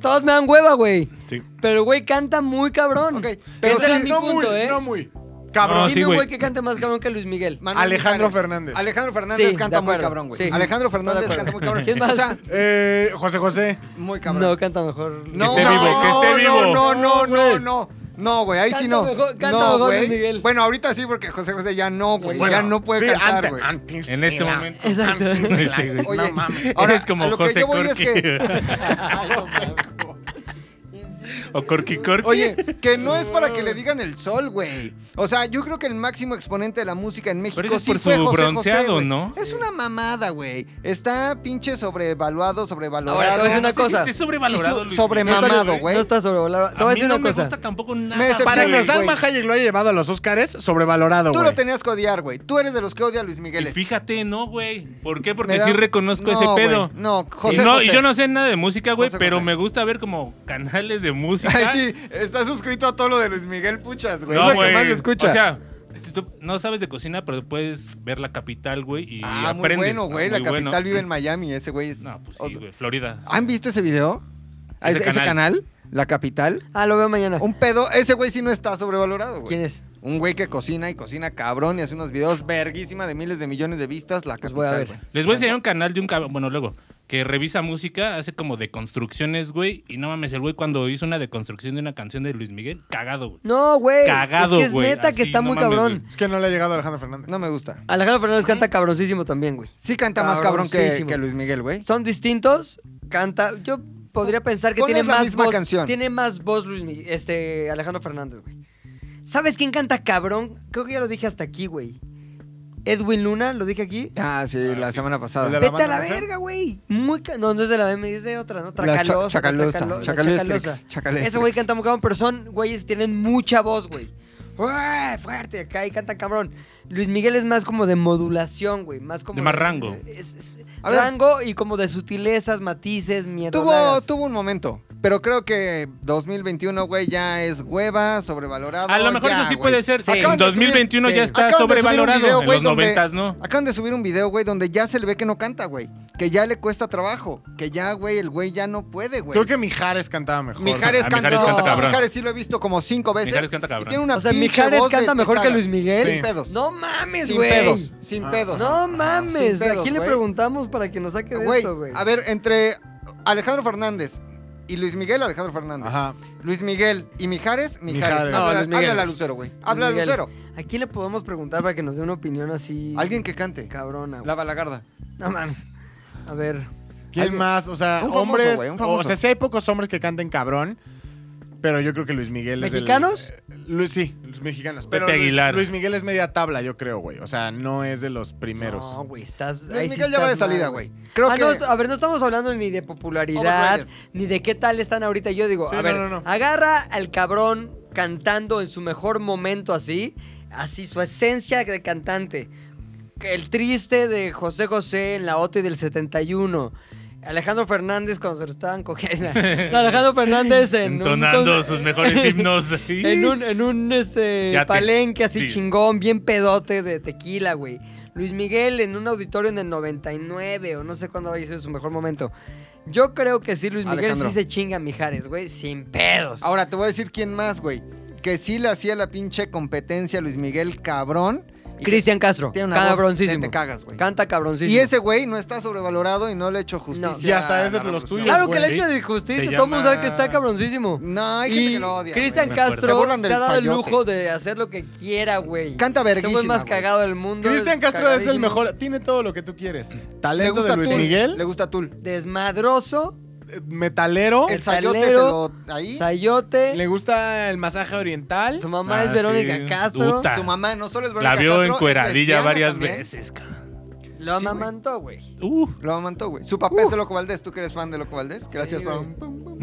Todas me dan hueva, güey. Sí. Pero el güey canta muy cabrón. Ok, Pero ese sí, era mi no punto, muy, ¿eh? no muy. Cabrón. No, Dime sí, un güey. güey que cante más cabrón que Luis Miguel. Manuel Alejandro Mijares. Fernández. Alejandro Fernández Sí, canta de muy acuerdo, cabrón, güey. sí. Alejandro Fernández Estoy de canta muy acuerdo. cabrón. ¿Quién más? O sea, Eh, José José. muy cabrón. No, canta mejor. No, esté vivo, no, que esté vivo. No, no, no, güey. no. No, güey, ahí sí Canta no. mejor- canta no, mejor güey. Luis Miguel. Bueno, ahorita sí, porque José José ya no, güey. Bueno, ya no puede sí, cantar, antes- güey. antes En de este la- momento. Exacto. [laughs] Sí, güey. Oye, [laughs] No mames. ahora, Eres como a lo que José yo voy es Corky. [laughs] [laughs] que- o Corky Corky. [laughs] Oye, que no es para que le digan el sol, güey. O sea, yo creo que el máximo exponente de la música en México Pero eso es sí por fue su José bronceado, José, güey. ¿no? Es una mamada, güey. Está pinche sobrevaluado, sobrevalorado. Ahora te voy a decir una No sé si cosa. Este sobrevalorado. Hizo- Luis. sobremamado, No está- güey. No está sobrevalorado. Te voy a A mí decir no una me cosa. gusta tampoco Me nada. decepciona. Para que güey. Salma Hayek lo haya llevado a los Oscars, sobrevalorado, Tú güey. lo tenías que odiar, güey. Tú eres de los que odia a Luis Y Miguel. fíjate, no, güey. ¿Por qué? Me Porque da- sí reconozco No, ese güey, pedo. No, José. y, no José. y yo no sé nada de música, güey, José pero José. me gusta ver como canales de música. [laughs] Ay, sí, está suscrito a todo lo de Luis Miguel Puchas, güey. es No, lo que güey. más escucha. O sea, tú no sabes de cocina, pero puedes ver la capital, güey, y ah, muy aprendes. bueno, Está güey. La muy bueno. capital vive en Miami. Ese güey es. [laughs] No, pues sí, otro. güey, Florida. ¿Han visto ese video? Ah, Ese Ese, ese canal. canal, la capital. Ah, lo veo mañana. Un pedo. Ese güey sí no está sobrevalorado, ¿Quién güey. es? Un güey que cocina y cocina cabrón y hace unos videos verguísima de miles de millones de vistas. La capital, Pues voy a ver. güey. Les voy a enseñar un canal de un cabrón, bueno, luego, que revisa música, hace como deconstrucciones, güey, y no mames, el güey cuando hizo una deconstrucción de una canción de Luis Miguel, cagado, güey. No, güey. Cagado, Es que es güey, neta así, que está no muy mames, cabrón. Es que no le ha llegado a Alejandro Fernández. No me gusta. Alejandro Fernández canta cabroncísimo también, güey. Sí canta más cabrón que, Cabroncísimo. que Luis Miguel, güey. Son distintos. Canta. Yo podría pensar que Pones tiene la más misma voz. canción. Tiene más voz Luis Miguel- este Alejandro Fernández, güey. ¿Sabes quién canta cabrón? Creo que ya lo dije hasta aquí, güey. Edwin Luna, lo dije aquí. Ah, sí, la semana pasada. El de la Vete a banda la Merced. verga, güey. Muy ca- No, no es de la BM, es de otra, ¿no? La cha- Tracalosa. Chacalosa, Tracalo- la Chacalestrix, Chacalosa. Chacalestrix. Ese güey canta muy cabrón, pero son güeyes que tienen mucha voz, güey. ¡Ué! Fuerte, acá y canta cabrón. Luis Miguel es más como de modulación, güey. Más como. De más rango. Es- es- A ver. rango y como de sutilezas, matices, mierda. Tuvo, tuvo un momento, pero creo que 2021, güey, ya es hueva, sobrevalorado. A lo mejor ya, eso sí güey. puede ser. Sí. En Acaban de 2021 subir- ya sí. está Acaban de subir un sobrevalorado. video, güey, en los donde- noventas, ¿no? Acaban de subir un video, güey, donde ya se le ve que no canta, güey. Que ya le cuesta trabajo. Que ya, güey, el güey ya no puede, güey. Creo que Mijares cantaba mejor. Mijares, Ah, canta, Mijares canta no, cabrón. Mijares sí lo he visto como cinco veces. Mijares canta y cabrón. tiene una O sea, pinche Mijares voz de canta te mejor que cagas. Luis Miguel. Sin pedos. No mames, sin güey. pedos. Sin pedos. No mames. Sin pedos, ¿A quién le güey. preguntamos para que nos saque de Güey, esto, güey? a ver, entre Alejandro Fernández y Luis Miguel, Alejandro Fernández. Ajá. Luis Miguel y Mijares, Mijares. No, Mijares. No, Háblale Luis Miguel. háblale a Lucero, güey. Habla a Miguel. Lucero. ¿A quién le podemos preguntar para que nos dé una opinión así. Alguien que cante. Cabrona, La balagarda. No mames. A ver. ¿Quién Alguien- más? O sea, Un famoso, hombres. güey, un famoso. O sea, sí hay pocos hombres que canten cabrón. Pero yo creo que Luis Miguel es el- ¿Mexicanos? eh, Luis, sí, los mexicanos. Pero Pepe Luis- Aguilar. Luis, Miguel es media tabla, yo creo, güey. O sea, no es de los primeros. No, güey, estás. Luis ahí sí Miguel ya va de estás mal, salida, güey. Creo Ah, que. no, a ver, no estamos hablando ni de popularidad, ni de qué tal están ahorita. Yo digo, Sí, a no, ver, no, no. agarra al cabrón cantando en su mejor momento así, así su esencia de cantante. El triste de José José en la OTI del 71. Alejandro Fernández cuando se lo estaban [laughs] cogiendo. No, Alejandro Fernández en un Entonando con- sus [laughs] mejores himnos. En un, en un este, Ya te- palenque así sí. chingón, bien pedote de tequila, güey. Luis Miguel en un auditorio en el 99 o no sé cuándo hizo su mejor momento. Yo creo que sí, Luis Miguel Alejandro. Ah, sí se chinga a Mijares, güey, sin pedos. Ahora te voy a decir quién más, güey. Que sí le hacía la pinche competencia a Luis Miguel, cabrón. Y Cristian Castro. que Tiene una voz Cabroncísimo. que te cagas, güey. Canta cabroncísimo. Y ese güey no está sobrevalorado y no le he hecho justicia. No. Y hasta es de a la los revolución. tuyos. Claro que le güey. hecho de justicia. Se Todo el mundo sabe llama- que está cabroncísimo. No, hay gente Y que lo odia. Cristian güey. acuerdo. Castro Se se, burlan del ha dado el sayote. lujo de hacer lo que quiera, güey. Canta verguísima, Somos más güey. cagado del mundo. Cristian Castro es el cagadísimo, mejor. Tiene todo lo que tú quieres. Eh, Le Talento gusta de Luis Tul, Miguel, Le gusta Tul. Desmadroso, eh, metalero, El sayote se talero, lo. Ahí. sayote. [laughs] le gusta el masaje oriental. Su mamá Ah, es Verónica sí. Castro. Puta. Su mamá no solo es La Verónica vio Castro, es encueradilla lesbiana varias también. veces, cabrón. Lo Sí, güey. amamantó, güey. Uh, Lo amantó, güey. Su papá es de Loco Valdés. ¿Tú que eres fan de Loco Valdés? Gracias, güey. pam, pam, pam.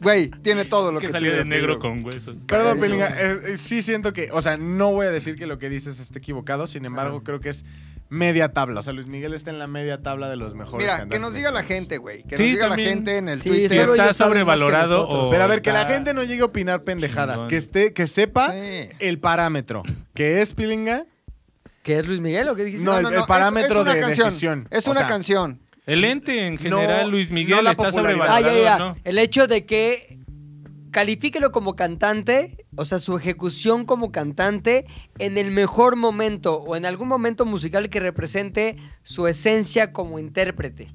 Güey, tiene este todo lo que, que salió de tuvieras negro querido, con hueso. Perdón, Eso. Pilinga, eh, eh, sí siento que, o sea, no voy a decir que lo que dices está equivocado, sin embargo, Ah. creo que es media tabla. O sea, Luis Miguel está en la media tabla de los mejores. Mira, que cantantes nos diga la mexicanos. gente, güey. Que Sí, nos diga también. la gente en el Sí, Si Twitter. Pero está ellos saben más que sobrevalorado nosotros. o. Pero a ver, que la está- gente no llegue a opinar pendejadas, Chingón. que esté, que sepa Sí. el parámetro, que es Pilinga. ¿Qué es Luis Miguel o qué dijiste? No, el- el parámetro una de canción, decisión. Es O una sea, canción. El ente en No, general, Luis Miguel, no la está popularidad. Ah, sobrevalorado. ya, ya. ¿no? El hecho de que califíquelo como cantante, o sea, su ejecución como cantante en el mejor momento o en algún momento musical que represente su esencia como intérprete.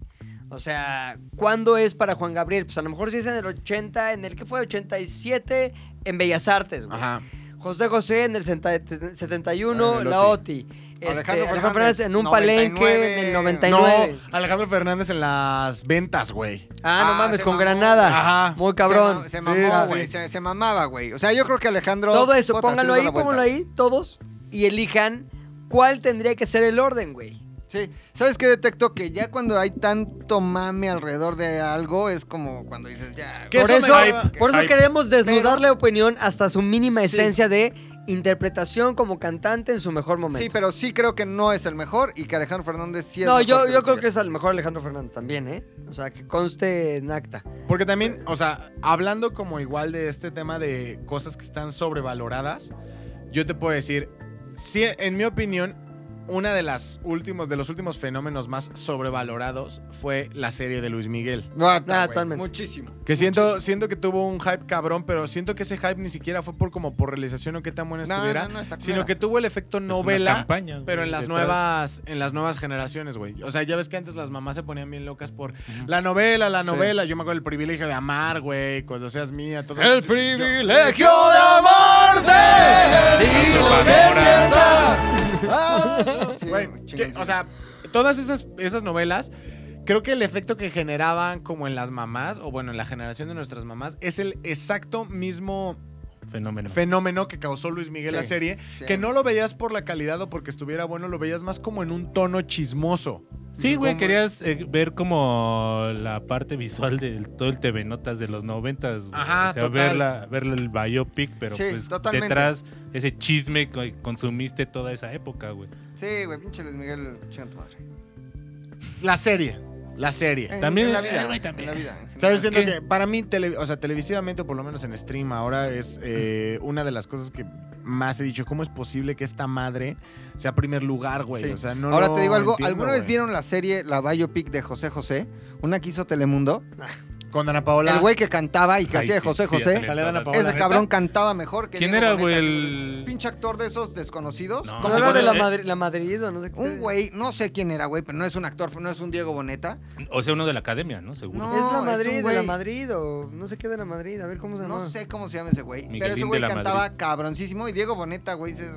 O sea, ¿cuándo es para Juan Gabriel? Pues a lo mejor sí es en el 80, en el que fue 87, en Bellas Artes, güey. Ajá. José José en el senta- te- 71, Ah, en el la OTI. Este, Alejandro Alejandro Fernández, Fernández en un 99. palenque en el No, 99. Alejandro Fernández en las ventas, güey. Ah, no Ah, mames, se con mamó. Granada. Ajá. Muy cabrón. Se, Sí, ma- se mamó, sí, güey. sí. Se, se mamaba, güey. O sea, yo creo que Alejandro. Todo eso, Puta, pónganlo se le ahí, dio la pónganlo vuelta. ahí, todos, y elijan cuál tendría que ser el orden, güey. Sí. ¿Sabes qué detecto? Que ya cuando hay tanto mame alrededor de algo, es como cuando dices, ya. ¿Qué Por eso eso, me da- por eso Ay, queremos desnudar pero- la opinión hasta su mínima Sí. esencia de interpretación como cantante en su mejor momento. Sí, pero sí creo que no es el mejor y que Alejandro Fernández sí es no, mejor yo, yo Luis creo Miguel. que es a lo mejor Alejandro Fernández también, ¿eh? O sea, que conste en acta. Porque también, o sea, hablando como igual de este tema de cosas que están sobrevaloradas, yo te puedo decir, sí, en mi opinión, una de las últimos de los últimos fenómenos más sobrevalorados fue la serie de Luis Miguel. No, está, Ah, güey. totalmente. Muchísimo. Que siento, siento que tuvo un hype cabrón, pero siento que ese hype ni siquiera fue por como por realización o qué tan buena No, estuviera, no, no, está sino culera. que tuvo el efecto Es una novela. campaña, güey, Pero en las detrás. nuevas, en las nuevas generaciones, güey. O sea, ya ves que antes las mamás se ponían bien locas por la novela, la novela. Yo me acuerdo el privilegio de amar, güey. Cuando seas mía, todo. El Yo- privilegio amarte! y lo que [laughs] sientas. Ah, Sí, Güey, güey, que- chingas, o sea, todas esas, esas novelas, creo que el efecto que generaban como en las mamás, o bueno, en la generación de nuestras mamás, es el exacto mismo Fenómeno. fenómeno que causó Luis Miguel la Sí, serie, sí. que no lo veías por la calidad o porque estuviera bueno, lo veías más como en un tono chismoso. Sí, güey, Como- querías eh, ver como la parte visual de todo el TV Notas de los noventas, güey. Ajá, o sea, total. verla, verla el biopic, pero Sí, pues totalmente. detrás ese chisme que consumiste toda esa época, güey. Sí, güey, pinche Luis Miguel, chinga tu madre. La serie, la serie. En- También- en la eh, vida, güey, en también. la vida. en general. ¿Sabes? Siento que para mí, tele- o sea, televisivamente, por lo menos en stream ahora, es eh, una de las cosas que más he dicho. ¿Cómo es posible que esta madre sea primer lugar, güey? Sí. O sea, no Ahora lo te digo algo, entiendo, ¿alguna vez güey. vieron la serie La Biopic de José José? Una que hizo Telemundo. Con Ana Paola. El güey que cantaba y que hacía de José José. sale Dana Paola. Ese ¿Neta? cabrón cantaba mejor que ¿Quién Diego era, Boneta, güey? ese El- Pinche actor de esos desconocidos. No, ¿No se era de la, puede- Madri- la Madrid o no sé qué? Un güey, no sé quién era, güey, pero no es un actor, no es un Diego Boneta. O sea, uno de la academia, ¿no? Seguro. No. Oh, Es la es Madrid, un de la güey. Madrid o no sé qué de la Madrid. A ver cómo se llama. No sé cómo se llama ese güey. Pero ese Miguelín güey de la cantaba Madrid. cabroncísimo y Diego Boneta, güey, se-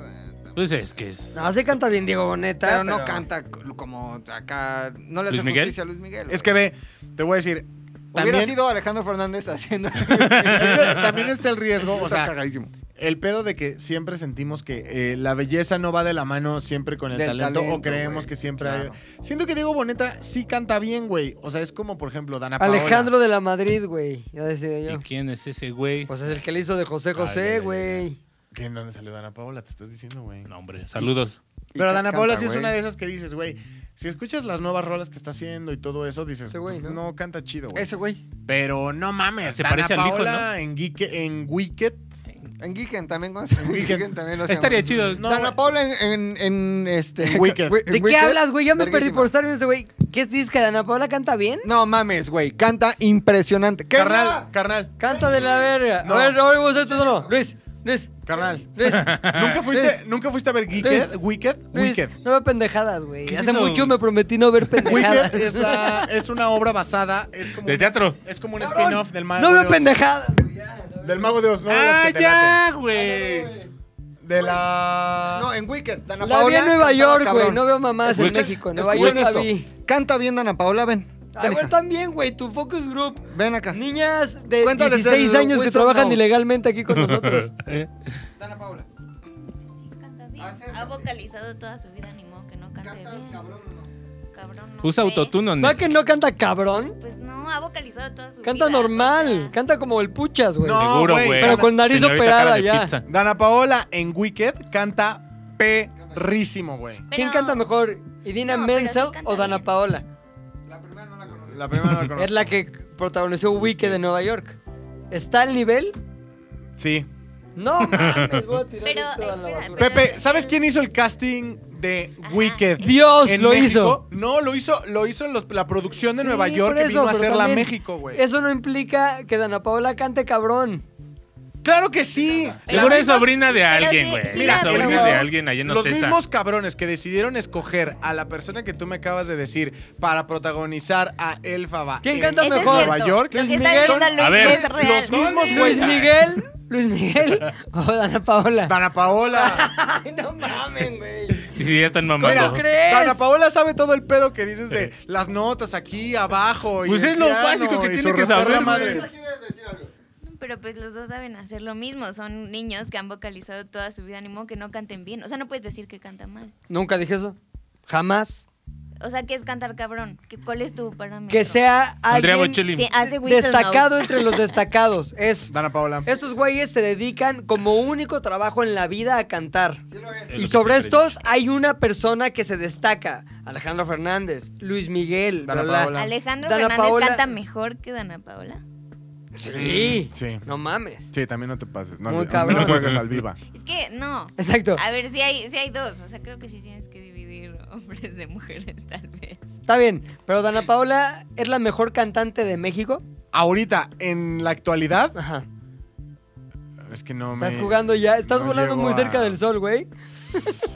Pues es que es. No, sí canta bien Diego Boneta. pero no canta como acá. No le hace ¿Luis Miguel? justicia a Luis Miguel. güey. Es que ve, te voy a decir. Hubiera También, [laughs] sido Alejandro Fernández haciendo. [laughs] también está el riesgo, o sea, cagadísimo. el pedo de que siempre sentimos que eh, la belleza no va de la mano siempre con el Del talento, o talento, creemos güey. que siempre Claro. hay... Siento que Diego Boneta sí canta bien, güey. O sea, es como, por ejemplo, Dana Paola. Alejandro de la Madrid, güey. Ya decía ¿Y yo. quién es ese güey? Pues es el que le hizo de José Ay, ay, ay, José, ay. güey. ¿Qué? ¿En dónde salió Dana Paola? Te estoy diciendo, güey. No, hombre, saludos. Pero Y Dana canta, Paola sí es güey. una de esas que dices, güey, si escuchas las nuevas rolas que está haciendo y todo eso, dices, Ese güey, "Pues, ¿no? ¿no? canta chido, güey. Ese güey. Pero no mames, Se Dana parece al Paola hijo, ¿no? en, Geek- en Wicked. En Giken también, ¿cómo se llama? En Giken. Giken también lo Estaría hacemos. chido. No, pues, Dana güey. Paula en, en, en, este. En Wicked. wi- en ¿De qué Wicked, hablas, güey? Ya me perdí verguísima. por estar en ese güey. ¿Qué es disca? ¿Ana Paola canta bien? No mames, güey. Canta impresionante. ¿Qué Carnal, era? carnal. Canta de la verga. A ver, no oímos esto no. Luis, Luis. [laughs] Carnal. Luis, [laughs] ¿Nunca fuiste, Luis. ¿Nunca fuiste a ver Luis. Wicked? ¿Wicked? Luis, Wicked. no veo pendejadas, güey. ¿Qué es Hace eso? mucho me prometí no ver pendejadas. Wicked es, la- es una obra basada. Es como ¿De un- teatro? Es como un Cabrón, spin-off del mago. No de veo Oz. pendejadas. güey, ya, no veo- Del mago de Oz, no de las ¡Ah, que te ya, güey! laten. De la. No, en Wicked, Dana La vi Paola en Nueva cantaba York, güey. cabrón. No veo mamás en Escucha, México. En Nueva escuchen York la esto. vi. Canta bien Ana Paola, ven. Ay, güey, también, güey. Tu focus group. [laughs] Ven acá. Niñas de Cuéntales 16 el años que Wizard trabajan Now. ilegalmente aquí con nosotros. Ana Paola. Canta bien. Acércate. Ha vocalizado toda su vida, ni modo que no cante bien. Cabrón, no Usa sé. autotune, ¿No ¿no? que no canta cabrón? Pues no, ha vocalizado toda su vida. Canta normal. o sea, Canta como el puchas, güey. No, Seguro, güey. güey. Pero con nariz Señorita operada cara de ya. pizza. Dana Paola en Wicked canta perrísimo, güey. ¿Quién pero- canta mejor? ¿Idina No, pero sí Menzel canta o Dana bien. Paola? [laughs] La primera no la Es conozco. la que protagonizó Wicked de Nueva York. ¿Está al nivel? Sí. No mames, voy a tirar Pero, esto a la espera, basura. Pepe, ¿sabes quién hizo el casting de Ajá. Wicked? Dios en lo México? hizo. No, lo hizo, lo hizo los- la producción de Sí, Nueva York por que vino a pero hacerla a también México, güey. Eso no implica que Dana Paola cante cabrón. Claro que sí. Seguro es Las mismas- sobrina de alguien, sí, güey. sí la Mira, sobrina probó. de alguien ahí en Los Ocesa. mismos cabrones que decidieron escoger a la persona que tú me acabas de decir para protagonizar a Elfaba ¿Quién en canta Eso es mejor? Nueva cierto. York, Lo que Luis está Miguel, diciendo Luis A ver, es real. los mismos güeyes. Luis Miguel, Luis Miguel [laughs] o Dana Paola. [laughs] Dana Paola. Ay, no mames, güey. Y sí, ya están Mira, mamando. ¿Cómo crees? Dana Paola sabe todo el pedo que dices de las notas aquí abajo. y Eh. Pues el es lo piano básico que y tiene su que reperra saber, madre. güey. Pero pues los dos saben hacer lo mismo. Son niños que han vocalizado toda su vida, ni modo que no canten bien. O sea, no puedes decir que canta mal. Nunca dije eso. Jamás. O sea, ¿qué es cantar cabrón? ¿Qué, ¿Cuál es tu parámetro? Que sea Andrea alguien Bocelli. Te hace Winston destacado Knowles. entre los destacados. Es Dana Paola. estos güeyes se dedican como único trabajo en la vida a cantar. Es lo Y que sobre siempre estos hay una persona que se destaca. Alejandro Fernández, Luis Miguel, Dana bla, bla. Paola. Alejandro Dana Fernández Paola- canta mejor que Dana Paola. Sí. Sí. No mames. Sí, también no te pases. No, Muy no cabrón. juegues al viva. Es que no. Exacto. A ver, si hay, sí hay dos. O sea, creo que sí tienes que dividir hombres de mujeres, tal vez. Está bien, pero Dana Paola es la mejor cantante de México. Ahorita, en la actualidad, Ajá. es que no me. Estás jugando ya, estás no volando llego muy a- cerca del sol, güey.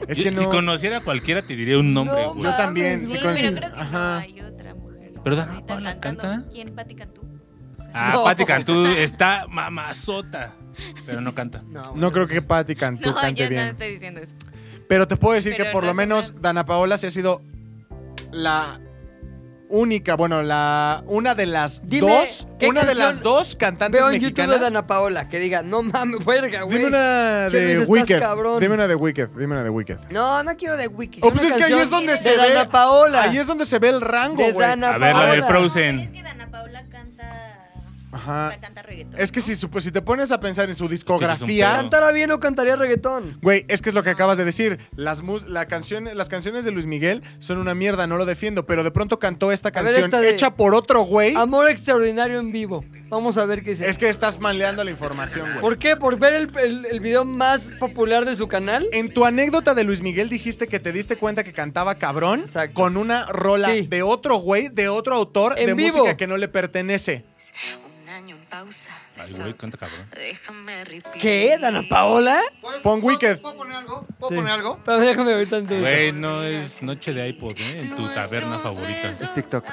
Es Yo- que no. Si conociera a cualquiera, te diría un nombre, No, güey. Yo también. Ah, Sí, Sí, si pero conocí- creo que no Ajá. hay otra mujer. Pero Dana ahorita Paola cantando. canta. ¿Quién? ¿Pati Cantú? O sea, Ah, No. Pati Cantú está mamazota. Pero no canta. No, No creo que Patti Cantú [laughs] no, cante yo bien. no estoy diciendo eso. Pero te puedo decir Pero que por no lo sé menos más. Dana Paola sí ha sido la única, bueno, la una de las Dime, dos, ¿qué una de canción las dos cantantes Veo en mexicanas. YouTube a Dana Paola que diga, no mames, [laughs] verga, güey. Dime una Che, Luis, de estás Wicked. cabrón. Dime una de Wicked, dime una de Wicked. No, no quiero de Wiki. Oh, pues es que ahí es donde de se ve. Dana Paola. Ahí es donde se ve el rango, De güey. Dana A ver, la de Paola. No, pero es Frozen. que Dana Paula canta. Ajá. O sea, canta reggaetón. Es que ¿no? si, supo- si te pones a pensar en su pedo. discografía, Cantara bien o cantaría reggaetón. güey, es que es lo que acabas de decir. Las, mus- la canción, las canciones de Luis Miguel son una mierda, no lo defiendo, pero de pronto cantó esta ver, canción esta de- hecha por otro güey. Amor extraordinario en vivo. Vamos a ver qué dice. Es que estás manleando la información, güey. ¿Por qué? ¿Por ver el, el- el video más popular de su canal? En tu anécdota de Luis Miguel dijiste que te diste cuenta que cantaba cabrón Exacto. con una rola Sí. de otro güey, de otro autor, En de vivo. música que no le pertenece. Un año en pausa. Ay, Stop. güey, canta cabrón. Déjame repetir. ¿Qué? ¿Dana Paola? Pon Wicked. ¿Puedo poner algo? ¿Puedo poner algo? Pero déjame ver tanto. Güey, no es noche de iPod, ¿eh? En tu taberna favorita. TikTok.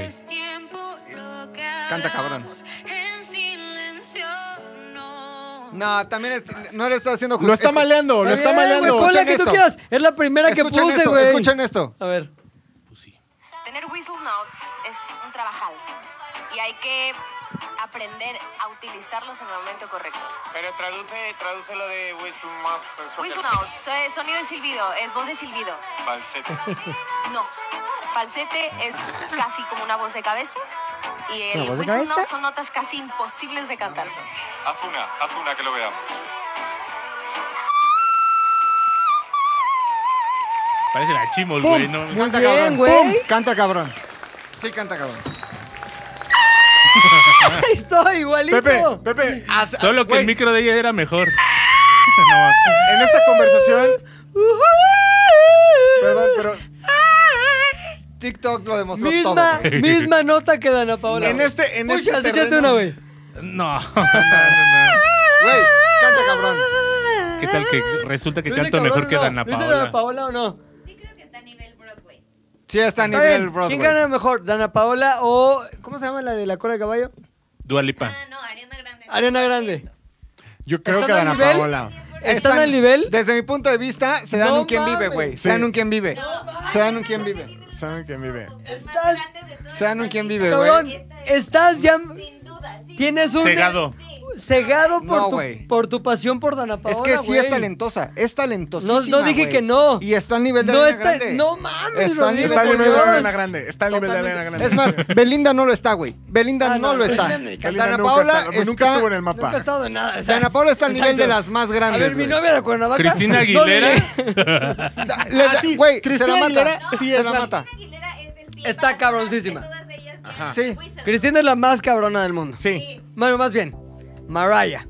Es tiempo lo que Canta, cabrón. hablamos En silencio, no. No, también es- no le estás haciendo Lo está mal maleando, lo está bien, güey, maleando. Pon la Escuchen que tú esto. quieras. Es la primera que Escuchen puse, esto, güey. escuchen esto. A ver. Pues sí. Tener whistle notes es un trabajal y hay que aprender a utilizarlos en el momento correcto. Pero traduce, traduce lo de Whistle Mouse. eso Whistle notes, eh, sonido de silbido, es voz de silbido. que- falsete. No, falsete es casi como una voz de cabeza y el ¿Una voz de whistle cabeza? notes son notas casi imposibles de cantar. Haz una, haz una que lo veamos. Parece la chimol, güey. No, Muy Canta bien, cabrón. güey. Pum, Canta cabrón. Sí, canta cabrón. [laughs] Ahí estoy, igualito. Pepe, Pepe, haz- Solo que güey, el micro de ella era mejor. No, [laughs] en esta conversación. Perdón, pero TikTok lo demostró Misma, todo. misma [laughs] nota que Dana Paola. en güey. este, en este Pucha, échate terreno- una, güey. no, no, no. Güey, canta cabrón. ¿Qué tal que resulta que ¿Lo hice canto cabrón mejor o que no? Dana ¿Lo hice Dana Paola? Paola o no? Sí, está a Está nivel bien. Broadway. ¿Quién gana mejor? ¿Dana Paola o. ¿Cómo se llama la de la cola de caballo? Dualipa. Ah, Ariana Grande. Yo creo ¿Están que al Dana nivel? Paola. ¿Están al nivel? Desde mi punto de vista, se dan No un quien vive, mames. güey. Sí. Se dan un quien vive. Se dan un quien vive. ¿Saben quién vive? Estás. Se dan un quien vive, Cabrón, güey. estás ya. Tienes un. Cegado. Cegado por, No, tu, güey. por tu pasión por Dana Es Paola. que sí güey. es talentosa. Es talentosa. No, no dije que no. Y está al nivel de No Ariana está. Grande. No mames, Está al Rodrigo, Está al por nivel de Dios. Elena Grande. Está al nivel de Elena Grande. Es más, Belinda no lo está, güey. Belinda Ah, no, no, lo está. Belinda ni Belinda Dana nunca Paola está- está. nunca estuvo en el Nunca mapa. he estado en nada. o sea, Dana Paola está al nivel exacto. de las más A grandes. ver, mi güey. novia de Cuernavaca. [laughs] Cristina no Aguilera. le- Da- le da- Ah, sí, Güey, se Cristina la mata. Aguilera sí se es la la- mata. Ah. Está cabroncísima. Sí. Cristina es la más cabrona del mundo. Sí. Bueno, más bien. Mariah.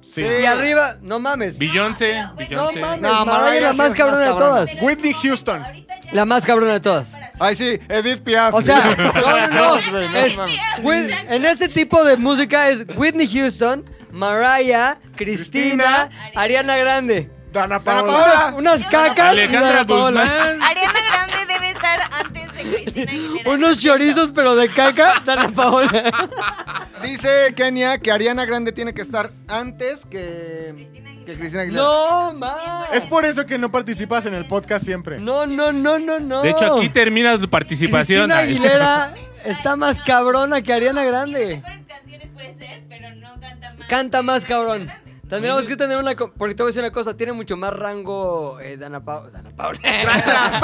Sí. Y arriba, no mames. [laughs] Beyoncé. No Beyoncé. mames, No, Mariah es la Mariah sí más es cabrona más de cabrona. todas. Whitney Houston. La más cabrona de todas. Ay, sí, Edith Piaf. O [laughs] sea, no, no, Dios, no. güey, Es mames. Whit- en este tipo de música es Whitney Houston, Mariah, Cristina, Ariana Grande. Dana Dana Paola. Paola. Unas cacas. y Alejandra Dana Paola. Guzmán. Ariana Grande debe estar antes de Cristina Aguilera. [laughs] Unos chorizos, pero de caca, [laughs] Dana Paola. [laughs] Dice Kenia que Ariana Grande tiene que estar antes que, que Cristina Aguilera. No, ma. Es por eso que no participas en el podcast siempre. No, no, no, no, no. De hecho, aquí termina tu participación. Cristina Aguilera está más cabrona que Ariana Grande. Mejores canciones puede ser, pero no canta más. Canta más cabrón. Tendríamos que tener una. co- Porque te voy a decir una cosa: tiene mucho más rango eh, Dana Paola. Dana Paola. Gracias. [laughs]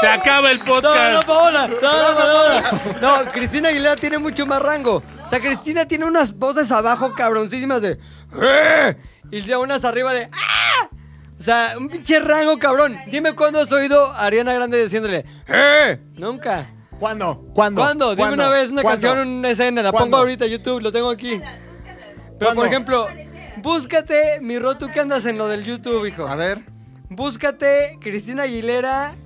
Se acaba el Dana podcast. Paola. Dana Paola. No, Cristina Aguilera tiene mucho más rango. O sea, Cristina tiene unas voces abajo cabroncísimas de. "Eh", Y de unas arriba de. "Ah". O sea, un pinche rango cabrón. Dime cuándo has oído a Ariana Grande diciéndole. "Eh". Nunca. ¿Cuándo? ¿Cuándo? ¿Cuándo? Dime ¿Cuándo? una vez una ¿Cuándo? canción, una escena. La ¿Cuándo? pongo ahorita en YouTube, lo tengo aquí. Pero por ¿Cuándo? ejemplo, búscate, mi Ro, tú que andas en lo del YouTube, hijo. A ver. Búscate Cristina Aguilera,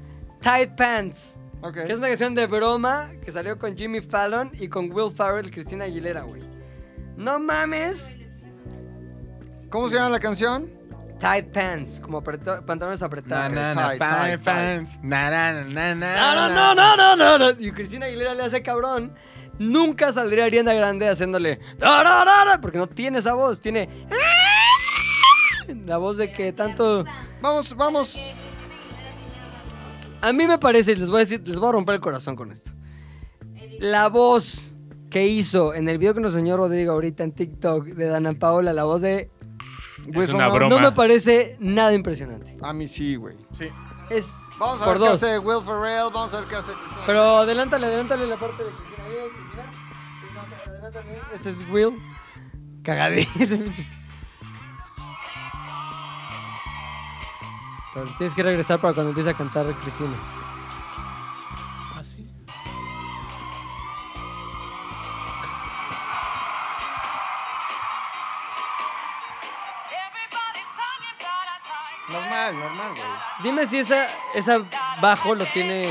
Tight Pants. Ok. Que es una canción de broma que salió con Jimmy Fallon y con Will Farrell, Cristina Aguilera, güey. No mames. ¿Cómo se llama la canción? Tight Pants, como apreto- pantalones Na, apretados. na, na, Tie, pa, tie, fans. Na, na, na, na, No, na, no, no, no, no, no, no. Y Cristina Aguilera le hace cabrón. Nunca saldría Ariana Grande haciéndole. "No, no, no, no", Porque no tiene esa voz, tiene. La voz de que tanto. Vamos, vamos. A mí me parece, y les voy a decir, les voy a romper el corazón con esto. La voz que hizo en el video que nos enseñó Rodrigo ahorita en TikTok de Dana Paola, la voz de. Es Wilson una Mount. broma. No me parece nada impresionante. A mí sí, güey. Sí. Es Vamos a por ver dos. qué hace Will Ferrell, vamos a ver qué hace Cristina. Pero adelántale, adelántale la parte de Cristina. Ahí, Cristina. Sí, no, adelántale. Ese es Will. Cagadísimo. [laughs] pinches. Pero tienes que regresar para cuando empiece a cantar Cristina. Normal, normal, güey. Dime si esa, esa bajo lo tiene.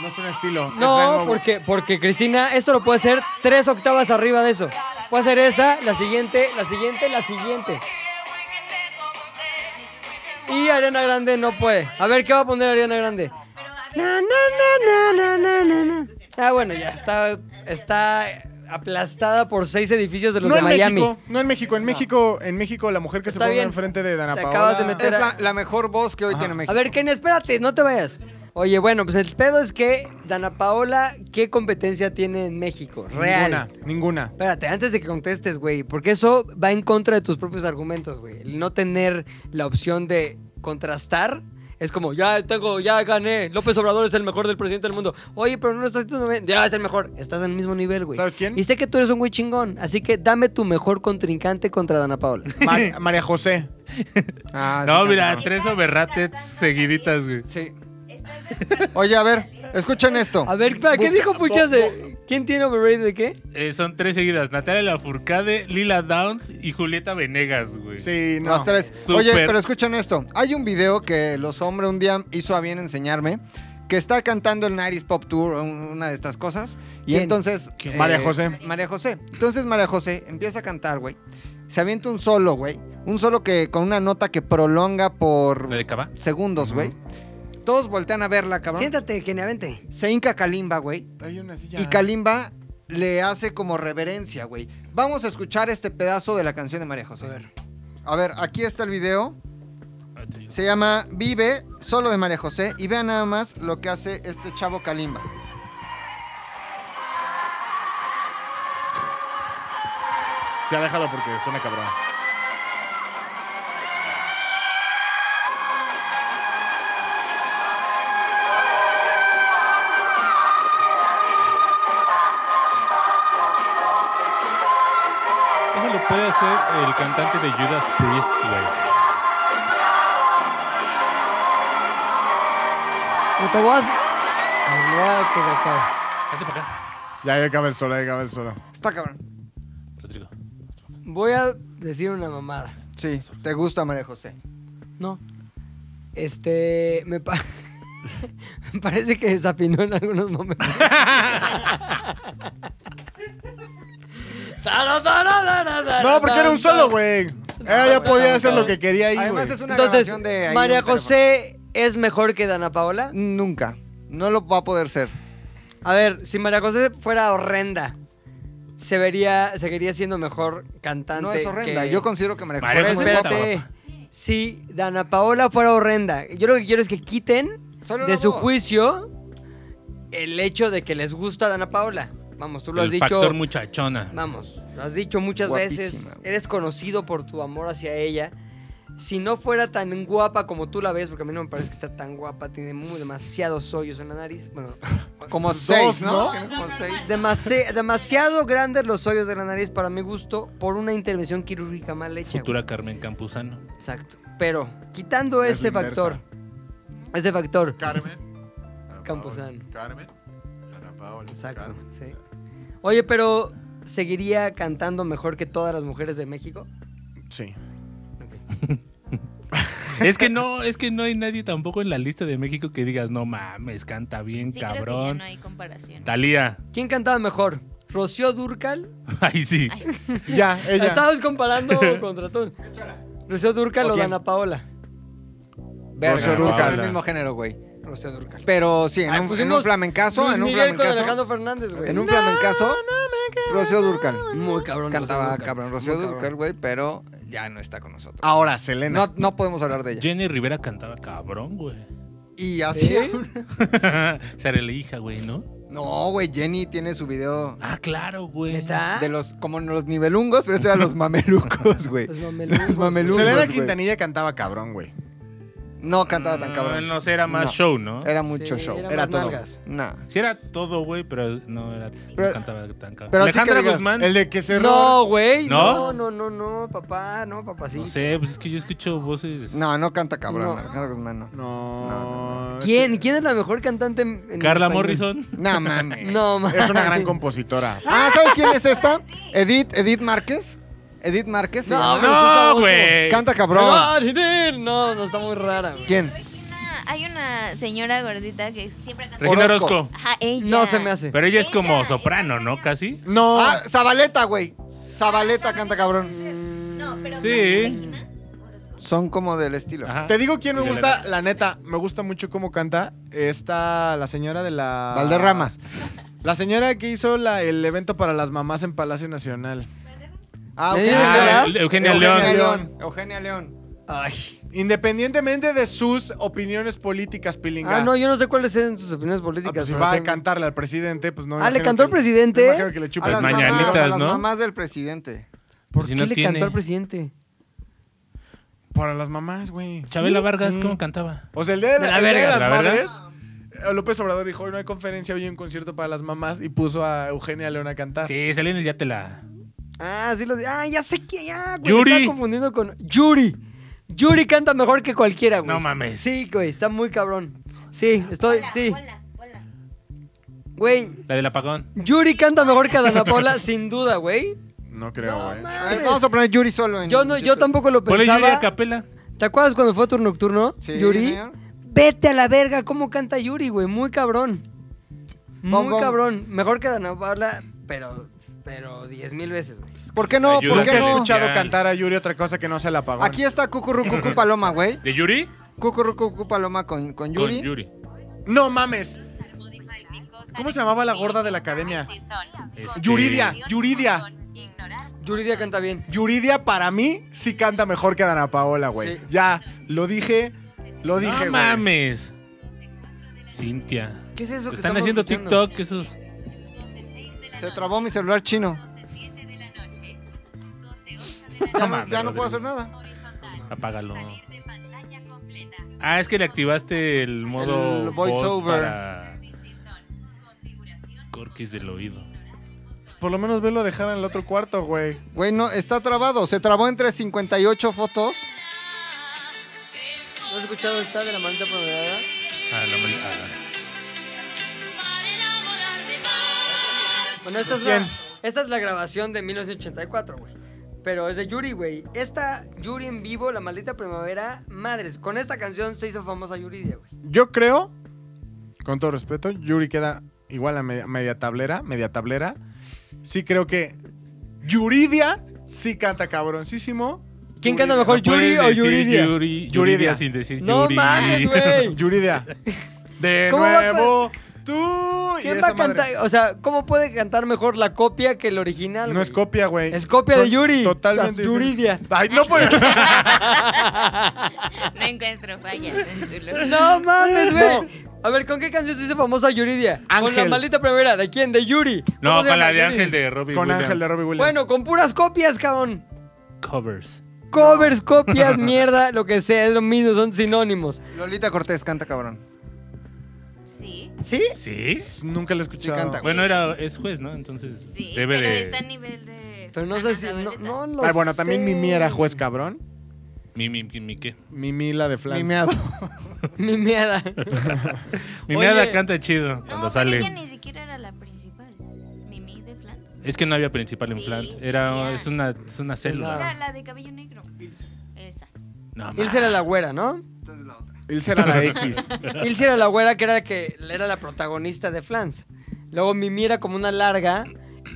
No es un estilo. es No, rango, güey. porque, porque Cristina, esto lo puede hacer tres octavas arriba de eso. Puede hacer esa, la siguiente, la siguiente, la siguiente. Y Ariana Grande no puede. A ver, ¿qué va a poner Ariana Grande? Na, na, na, na, na, na, na. Ah, bueno, ya está, está aplastada por seis edificios de los no de en Miami. México, no en México, en México, en México la mujer que Está se pone bien. enfrente de Dana Te Paola. acabas de meter- Es la, la mejor voz que hoy tiene México. A ver, Kenny, espérate, no te vayas. Oye, bueno, pues el pedo es que Dana Paola, ¿qué competencia tiene en México? Real. Ninguna, [laughs] ninguna. Espérate, antes de que contestes, güey, porque eso va en contra de tus propios argumentos, güey. El no tener la opción de contrastar es como, ya tengo, ya gané, López Obrador es el mejor del presidente del mundo. Oye, pero no lo estás diciendo, bien. ya es el mejor. Estás en el mismo nivel, güey. ¿Sabes quién? Y sé que tú eres un güey chingón, así que dame tu mejor contrincante contra Dana Paola. Ma- María José. Ah, sí, No, canta, mira, no. tres overrated seguiditas, güey. Sí. Oye, a ver, escuchen esto. A ver, ¿para qué dijo Puchas de quién tiene overrated de qué? Eh, son tres seguidas. Natalia Lafourcade, Lila Downs y Julieta Venegas, güey. Sí, no. Las tres. Súper. Oye, pero escuchen esto. Hay un video que los hombres un día hizo a bien enseñarme. que está cantando el 90s Pop Tour, un- una de estas cosas. Y ¿Quién? entonces. eh, ¿Quién? María José. María José. Entonces María José empieza a cantar, güey. Se avienta un solo, güey. Un solo que con una nota que prolonga por segundos, güey. Todos voltean a verla, cabrón. Siéntate, que me avente. Se hinca Kalimba, güey. Y Kalimba le hace como reverencia, güey. Vamos a escuchar este pedazo de la canción de María José. A ver. aquí está el video. Se llama Vive, solo de María José. Y vean nada más lo que hace este chavo Kalimba. Sí, aléjalo porque suena cabrón. Eso lo puede hacer el cantante de Judas Priest, güey. No Pues te vas. Igual que acá. Hazte para acá, Ya, ya acaba el solo, ya acaba el solo. Está cabrón. Rodrigo. Voy a decir una mamada. Sí, ¿te gusta María José? No. Este. Me, pa- [laughs] me parece que desafinó en algunos momentos. No, porque era un solo, güey. Ella ya podía hacer lo que quería ahí, Además, güey. es una Entonces, grabación de ahí María en un José es mejor que Dana Paola. Nunca. No lo va a poder ser. A ver, si María José fuera horrenda, se vería, seguiría siendo mejor cantante. No es horrenda. que- Yo considero que María José María es José muy está guapa. Espérate. Si Dana Paola fuera horrenda, yo lo que quiero es que quiten Solo de la su voz. juicio el hecho de que les gusta Dana Paola. Vamos, tú lo has El dicho. factor muchachona. Vamos, lo has dicho muchas Guapísima, veces. güey. Eres conocido por tu amor hacia ella. Si no fuera tan guapa como tú la ves, porque a mí no me parece que está tan guapa, tiene muy demasiados hoyos en la nariz. Bueno, [laughs] Como seis, ¿no? ¿no? Tiene Como seis. demasi- demasiado grandes los hoyos de la nariz para mi gusto por una intervención quirúrgica mal hecha. güey. Futura Carmen Campuzano. Exacto. Pero quitando Es ese la inversa. factor, ese factor, Carmen. Campuzano. Carmen. Ana Paola. Exacto, sí. Oye, pero ¿seguiría cantando mejor que todas las mujeres de México? Sí. Es que no, es que no hay nadie tampoco en la lista de México que digas, no mames, canta bien, Sí, creo que ya cabrón. no hay comparación. [laughs] Talía. ¿Quién cantaba mejor? ¿Rocío Durcal? Ahí sí. Ay, Ya, La ella. Estabas [laughs] comparando contra tú. Rocío Durcal o, ¿O quién? Dana Paola. Verga, no son el Paola. mismo género, güey. Rocío Durcal. Pero sí, en, Ay, un, en pusimos un flamencazo, Luis en un Miguel con flamencazo. Alejandro Fernández, güey. En un flamencazo, Rocío Durcal. Muy cabrón. Cantaba Rocío Dúrcal. cabrón Muy Rocío Durcal, güey, pero ya no está con nosotros. Ahora, Selena. No, no podemos hablar de ella. Jenny Rivera cantaba cabrón, güey. Y así. ¿Sí? [laughs] Seré la hija, güey, ¿no? No, güey, Jenny tiene su video Ah, claro, güey. ¿Neta? de los, como los nivelungos, pero esto era los [laughs] mamelucos, güey. Los mamelucos. [laughs] Los mamelucos. Selena güey. Quintanilla cantaba cabrón, güey. No cantaba tan cabrón. No, sé, era más No. show, ¿no? Era mucho Mm, Sí, show. era Era más todo. nalgas. Nah. Sí era todo, güey, pero no era no Pero- cantaba tan cabrón. pero así que Alejandra digas, Guzmán. El de que se No, güey. No, ¿No? no, no, no, papá. No, papacito. No sé, pues es que yo escucho voces. No, no canta cabrón, No. Alejandro Guzmán, no. No. ¿Quién? ¿Quién es la mejor cantante en en Carla español? Morrison. Nah, mames. No, mames. [laughs] Es una [laughs] gran compositora. Ah, ¿sabes quién es esta? Edith, Edith Márquez. Edith Márquez. se llama. pero escucha voz No, como- güey. Canta cabrón. cabrón. No, no está muy rara. güey. ¿Quién? Regina- hay una señora gordita que siempre canta. Regina Orozco. Orozco. Ajá, ella. No se me hace. Pero ella es Ella, como ella soprano, era ¿no? una- Casi. No. Ah, Zabaleta, güey. Zabaleta canta cabrón. No, pero Sí. Regina Orozco. Son como del estilo. Ajá. Te digo quién me Violeta. gusta, la neta, me gusta mucho cómo canta. Está la señora de la. Valderramas. La señora que hizo la- el evento para las mamás en Palacio Nacional. Ah, Sí, Eugenia ¿verdad? Ah, León. Eugenia Eugenia León. León. Eugenia León. Ay. Independientemente de sus opiniones políticas, Pilinga. Ah, no, yo no sé cuáles son sus opiniones Ah, políticas. pues si pero va sí- a cantarle al presidente, pues no. Ah, ¿le imagino cantó que- al presidente? me Imagino que le A chupa. Las las mamás, mañanitas, a las ¿no? mamás del presidente. ¿Por ¿Qué le cantó al presidente? Para las mamás, güey. Chabela Sí, Vargas, sí. ¿cómo cantaba? O sea, el día de, De la- la el día de verga. las ¿La verga? madres, eh, López Obrador dijo, hoy no hay conferencia, hoy hay un concierto para las mamás y puso a Eugenia León a cantar. Sí, salió en el Ya te la. Ah, sí lo di- Ah, ya sé que ya, güey. Yuri. me estaba confundiendo con. Yuri. Yuri canta mejor que cualquiera, güey. No mames. Sí, güey, está muy cabrón. Sí, estoy. sí. Hola, hola. Güey, La del apagón. Yuri canta mejor que Dana Paola, [laughs] sin duda, güey. No creo, güey. A ver, vamos a poner Yuri solo en Yo, no, yo YouTube. tampoco lo Ponle Yuri a pensaba. capela. ¿Te acuerdas cuando fue a turno nocturno? Sí, Yuri. señor. Vete a la verga, ¿cómo canta Yuri, güey? Muy cabrón. Muy Bom, bom. cabrón. Mejor que Dana Paula, pero, pero 10 mil veces, güey. ¿Por qué no? Ayuda ¿Por qué Nunca he no? escuchado cantar a Yuri otra cosa que no sea la apagón. Aquí está Cucurru Cucú Paloma, güey. ¿De Yuri? Cucurru Cucú Paloma con, con Yuri. Con Yuri. ¡No mames! ¿Cómo se llamaba la gorda de la academia? Este- Yuridia, Yuridia. Yuridia canta bien. Yuridia para mí sí canta mejor que Dana Paola, güey. Sí. Ya, lo dije, lo No dije, güey. mames. Cintia. ¿Qué es eso que Están estamos haciendo escuchando? TikTok esos. Se trabó mi celular chino. Ya no, ya no puedo hacer nada. Apágalo. Ah, es que le activaste el modo El voiceover voiceover. para corquis del oído. Ah, Pues por lo menos velo dejar en el otro cuarto, güey. Güey, no, está trabado. Se trabó entre 58 fotos. ¿No has escuchado esta de la manita ponderada? Ah, la mal- ah, Bueno, esta es, la, esta es la grabación de 1984, güey. Pero es de Yuri, güey. Esta Yuri en vivo, La Maldita Primavera, madres. Con esta canción se hizo famosa Yuridia, güey. Yo creo, con todo respeto, Yuri queda igual a media, media tablera, media tablera. Sí creo que Yuridia sí canta cabroncísimo. ¿Quién Yuridia. canta mejor, no Yuri puedes o decir Yuridia? Yuri, Yuridia, Yuridia. sin decir No Yuri. mames, güey. Yuridia. De ¿Cómo va a nuevo, tú. [laughs] y ¿Quién esa va a madre. cantar? O sea, ¿cómo puede cantar mejor la copia que el original? No güey? es copia, güey. Es copia Son de Yuri. Totalmente. Las Yuridia. Ay, no puedes. [laughs] No encuentro fallas en tu locura. No mames, [laughs] güey. A ver, ¿con qué canción se hizo famosa Yuridia? Con la Ángel. maldita primavera. ¿De quién? ¿De Yuri? [laughs] No, ¿Cómo se con llama? la de Yuri. Ángel de Robbie Con Williams. Ángel de Robbie Williams. Bueno, con puras copias, cabrón. Covers. Covers, [laughs] copias, mierda, lo que sea, es lo mismo, son sinónimos. Lolita Cortés canta, cabrón. Sí, ¿Sí? ¿Sí? nunca la he escuchado. Sí canta, güey. Bueno, era, es juez, ¿no? Entonces sí. debe pero de... está a nivel de. Pero no Susana sé si. No, Zabaleta. no lo Ay, Ah, bueno, también sé. Mimi [laughs] era juez cabrón. Mi, mi, mi, mi qué. Mimi la de Flans. Mimeado. [laughs] Mimiada. Mi Oye. meada canta chido No, cuando pero sale. ella ni siquiera era la principal. Mimi de Flans. Es que no había principal en Sí, Flans. Era, tenía- es una, es una Era célula. la de cabello negro. Esa. No, Ilse era la güera, ¿no? Ilse era [laughs] la X. Ilse era la güera que era, la que era la protagonista de Flans. Luego Mimi era como una larga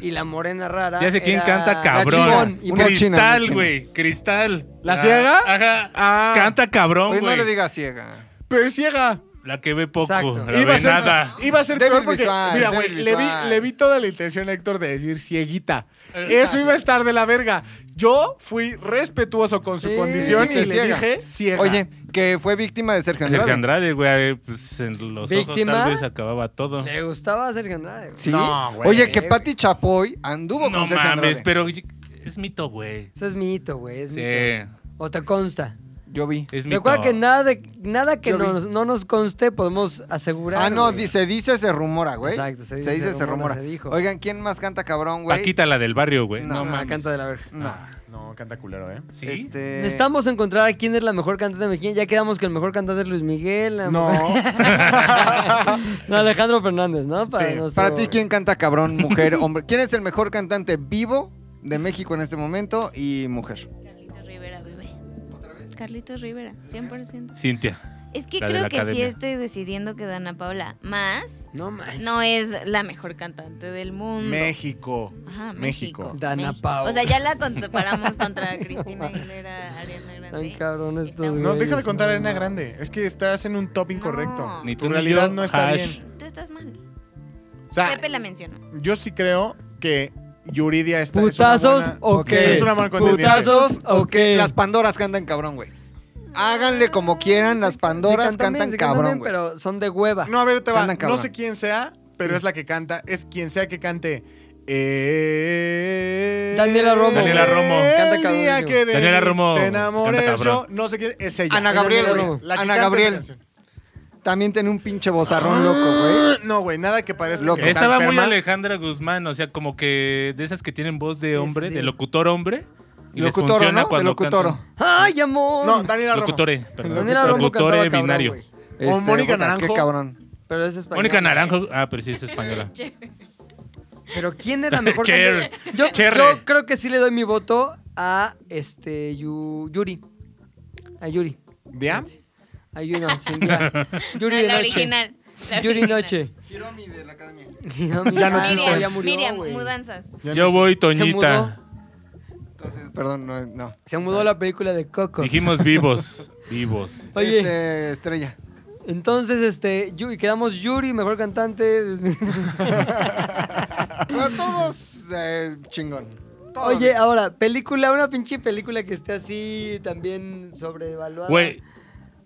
y la morena rara. Ya sé quién era- canta, cabrón. Chimón y Una china, una Cristal, china. güey. Cristal. ¿La Ah, ciega? Ajá. Ah. Canta cabrón, Oye, güey. Pues no le digas ciega. Pero es ciega. La que ve poco, Exacto. la ve nada. Iba a ser Débil peor porque. visual, mira, güey, débil le vi, visual. le vi toda la intención a Héctor de decir cieguita. Eso iba a estar de la verga. Yo fui respetuoso con su Sí, condición y dijiste le ciega. dije ciega. Oye, que fue víctima de Sergio Andrade. Sergio Andrade, güey, pues en los ¿Víctima? ojos tal vez acababa todo. Le gustaba Sergio Andrade. güey. Sí. No, güey. Oye, que Patti Chapoy anduvo No con Sergio mames, Andrade. pero oye, es mito, güey. Eso es mito, güey. Es Sí, mito. O te consta. Yo vi. es mito. Recuerda que nada, de- nada que Yo vi. nos- no nos conste podemos asegurar. Ah, no, güey. di- se dice, se rumora, ah, güey. Exacto, se dice, se, rumora. se dijo. Oigan, ¿quién más canta cabrón, güey? Paquita, la del barrio, güey. No, No, no, mames. canta de la verga. No. No, canta culero, ¿eh? ¿Sí? Este... Necesitamos encontrar a quién es la mejor cantante mexicana. Ya quedamos que el mejor cantante es Luis Miguel. la mujer- No. [laughs] No, Alejandro Fernández, ¿no? Sí. nuestro- Para ti, ¿quién canta cabrón, mujer, hombre? ¿Quién es el mejor cantante vivo de México en este momento y mujer? Carlitos Rivera, bebé. Carlitos Rivera, 100%. Cintia. Es que La de creo la que sí academia. estoy decidiendo que Dana Paula más No manches. no es la mejor cantante del mundo. México. Ajá, México. México. Dana México. Paula. O sea, ya la comparamos contra Cristina Aguilera, Ariana Tan Grande. cabrón Está estos muy- No, güeyes, deja de contar no Arena mames. Grande. Es que estás en un top incorrecto. Ni tu tú ni realidad yo, no Ah, está hash. bien. Tú estás mal. O sea, Pepe la mencionó. yo sí creo que Yuridia está es una ¿Putazos buena- o qué? Es una buena contendiente. ¿Putazos o qué? Ok. Las Pandoras cantan cabrón, güey. Háganle Ah, como quieran, las Pandoras Sí, cantan bien, sí, cabrón, bien, güey. Pero son de hueva. No, a ver, te va. Cantan No cabrón. sé quién sea, pero es la que canta. Es quien sea que cante. Eh, Daniela Romo. Daniela Romo. El Canta cabrón, día digo. que de Daniela mí Romo Te canta enamores yo. cabrón. No sé quién. Es ella. Ana Es Daniela Gabriel, Romo. güey. La que Ana canta esa Gabriel. canción. Ah. También tiene un pinche bozarrón loco, güey. No, güey, nada que parezca. Loco. que está Estaba muy enferma. Alejandra Guzmán, o sea, como que de esas que tienen voz de hombre, sí. de locutor hombre. Y les Locutoro, funciona ¿no? De cuando locutoro. cantan. ¡Ay, amor! No, Daniela [laughs] Romo. Locutore, perdón. Daniela Romo cantaba Locutore cabrón, binario. güey. O Mónica Este, puta, Naranjo. Qué cabrón. Pero es español. Mónica Naranjo. Ah, pero sí [laughs] es española. Pero ¿quién es la [laughs] mejor Cher. cantante? Yo, Cher. yo creo que sí le doy mi voto a este Yu- Yuri. A Yuri. ¿Diam? Hay una [laughs] señora. Yuri de No, la Noche. original, la Yuri original. Noche. [laughs] Hiromi de la academia. Hiromi, Ya no ah, existe. ya murió, Miriam, güey. mudanzas. Yo voy, Toñita. Perdón, no. no. Se mudó la película de Coco. [laughs] Dijimos vivos. Vivos. Oye. Este, estrella. Entonces, este, Yuri, quedamos Yuri, mejor cantante. [laughs] Pero todos eh, chingón. Todos Oye, ahora, película, una pinche película que esté así también sobrevaluada. Güey,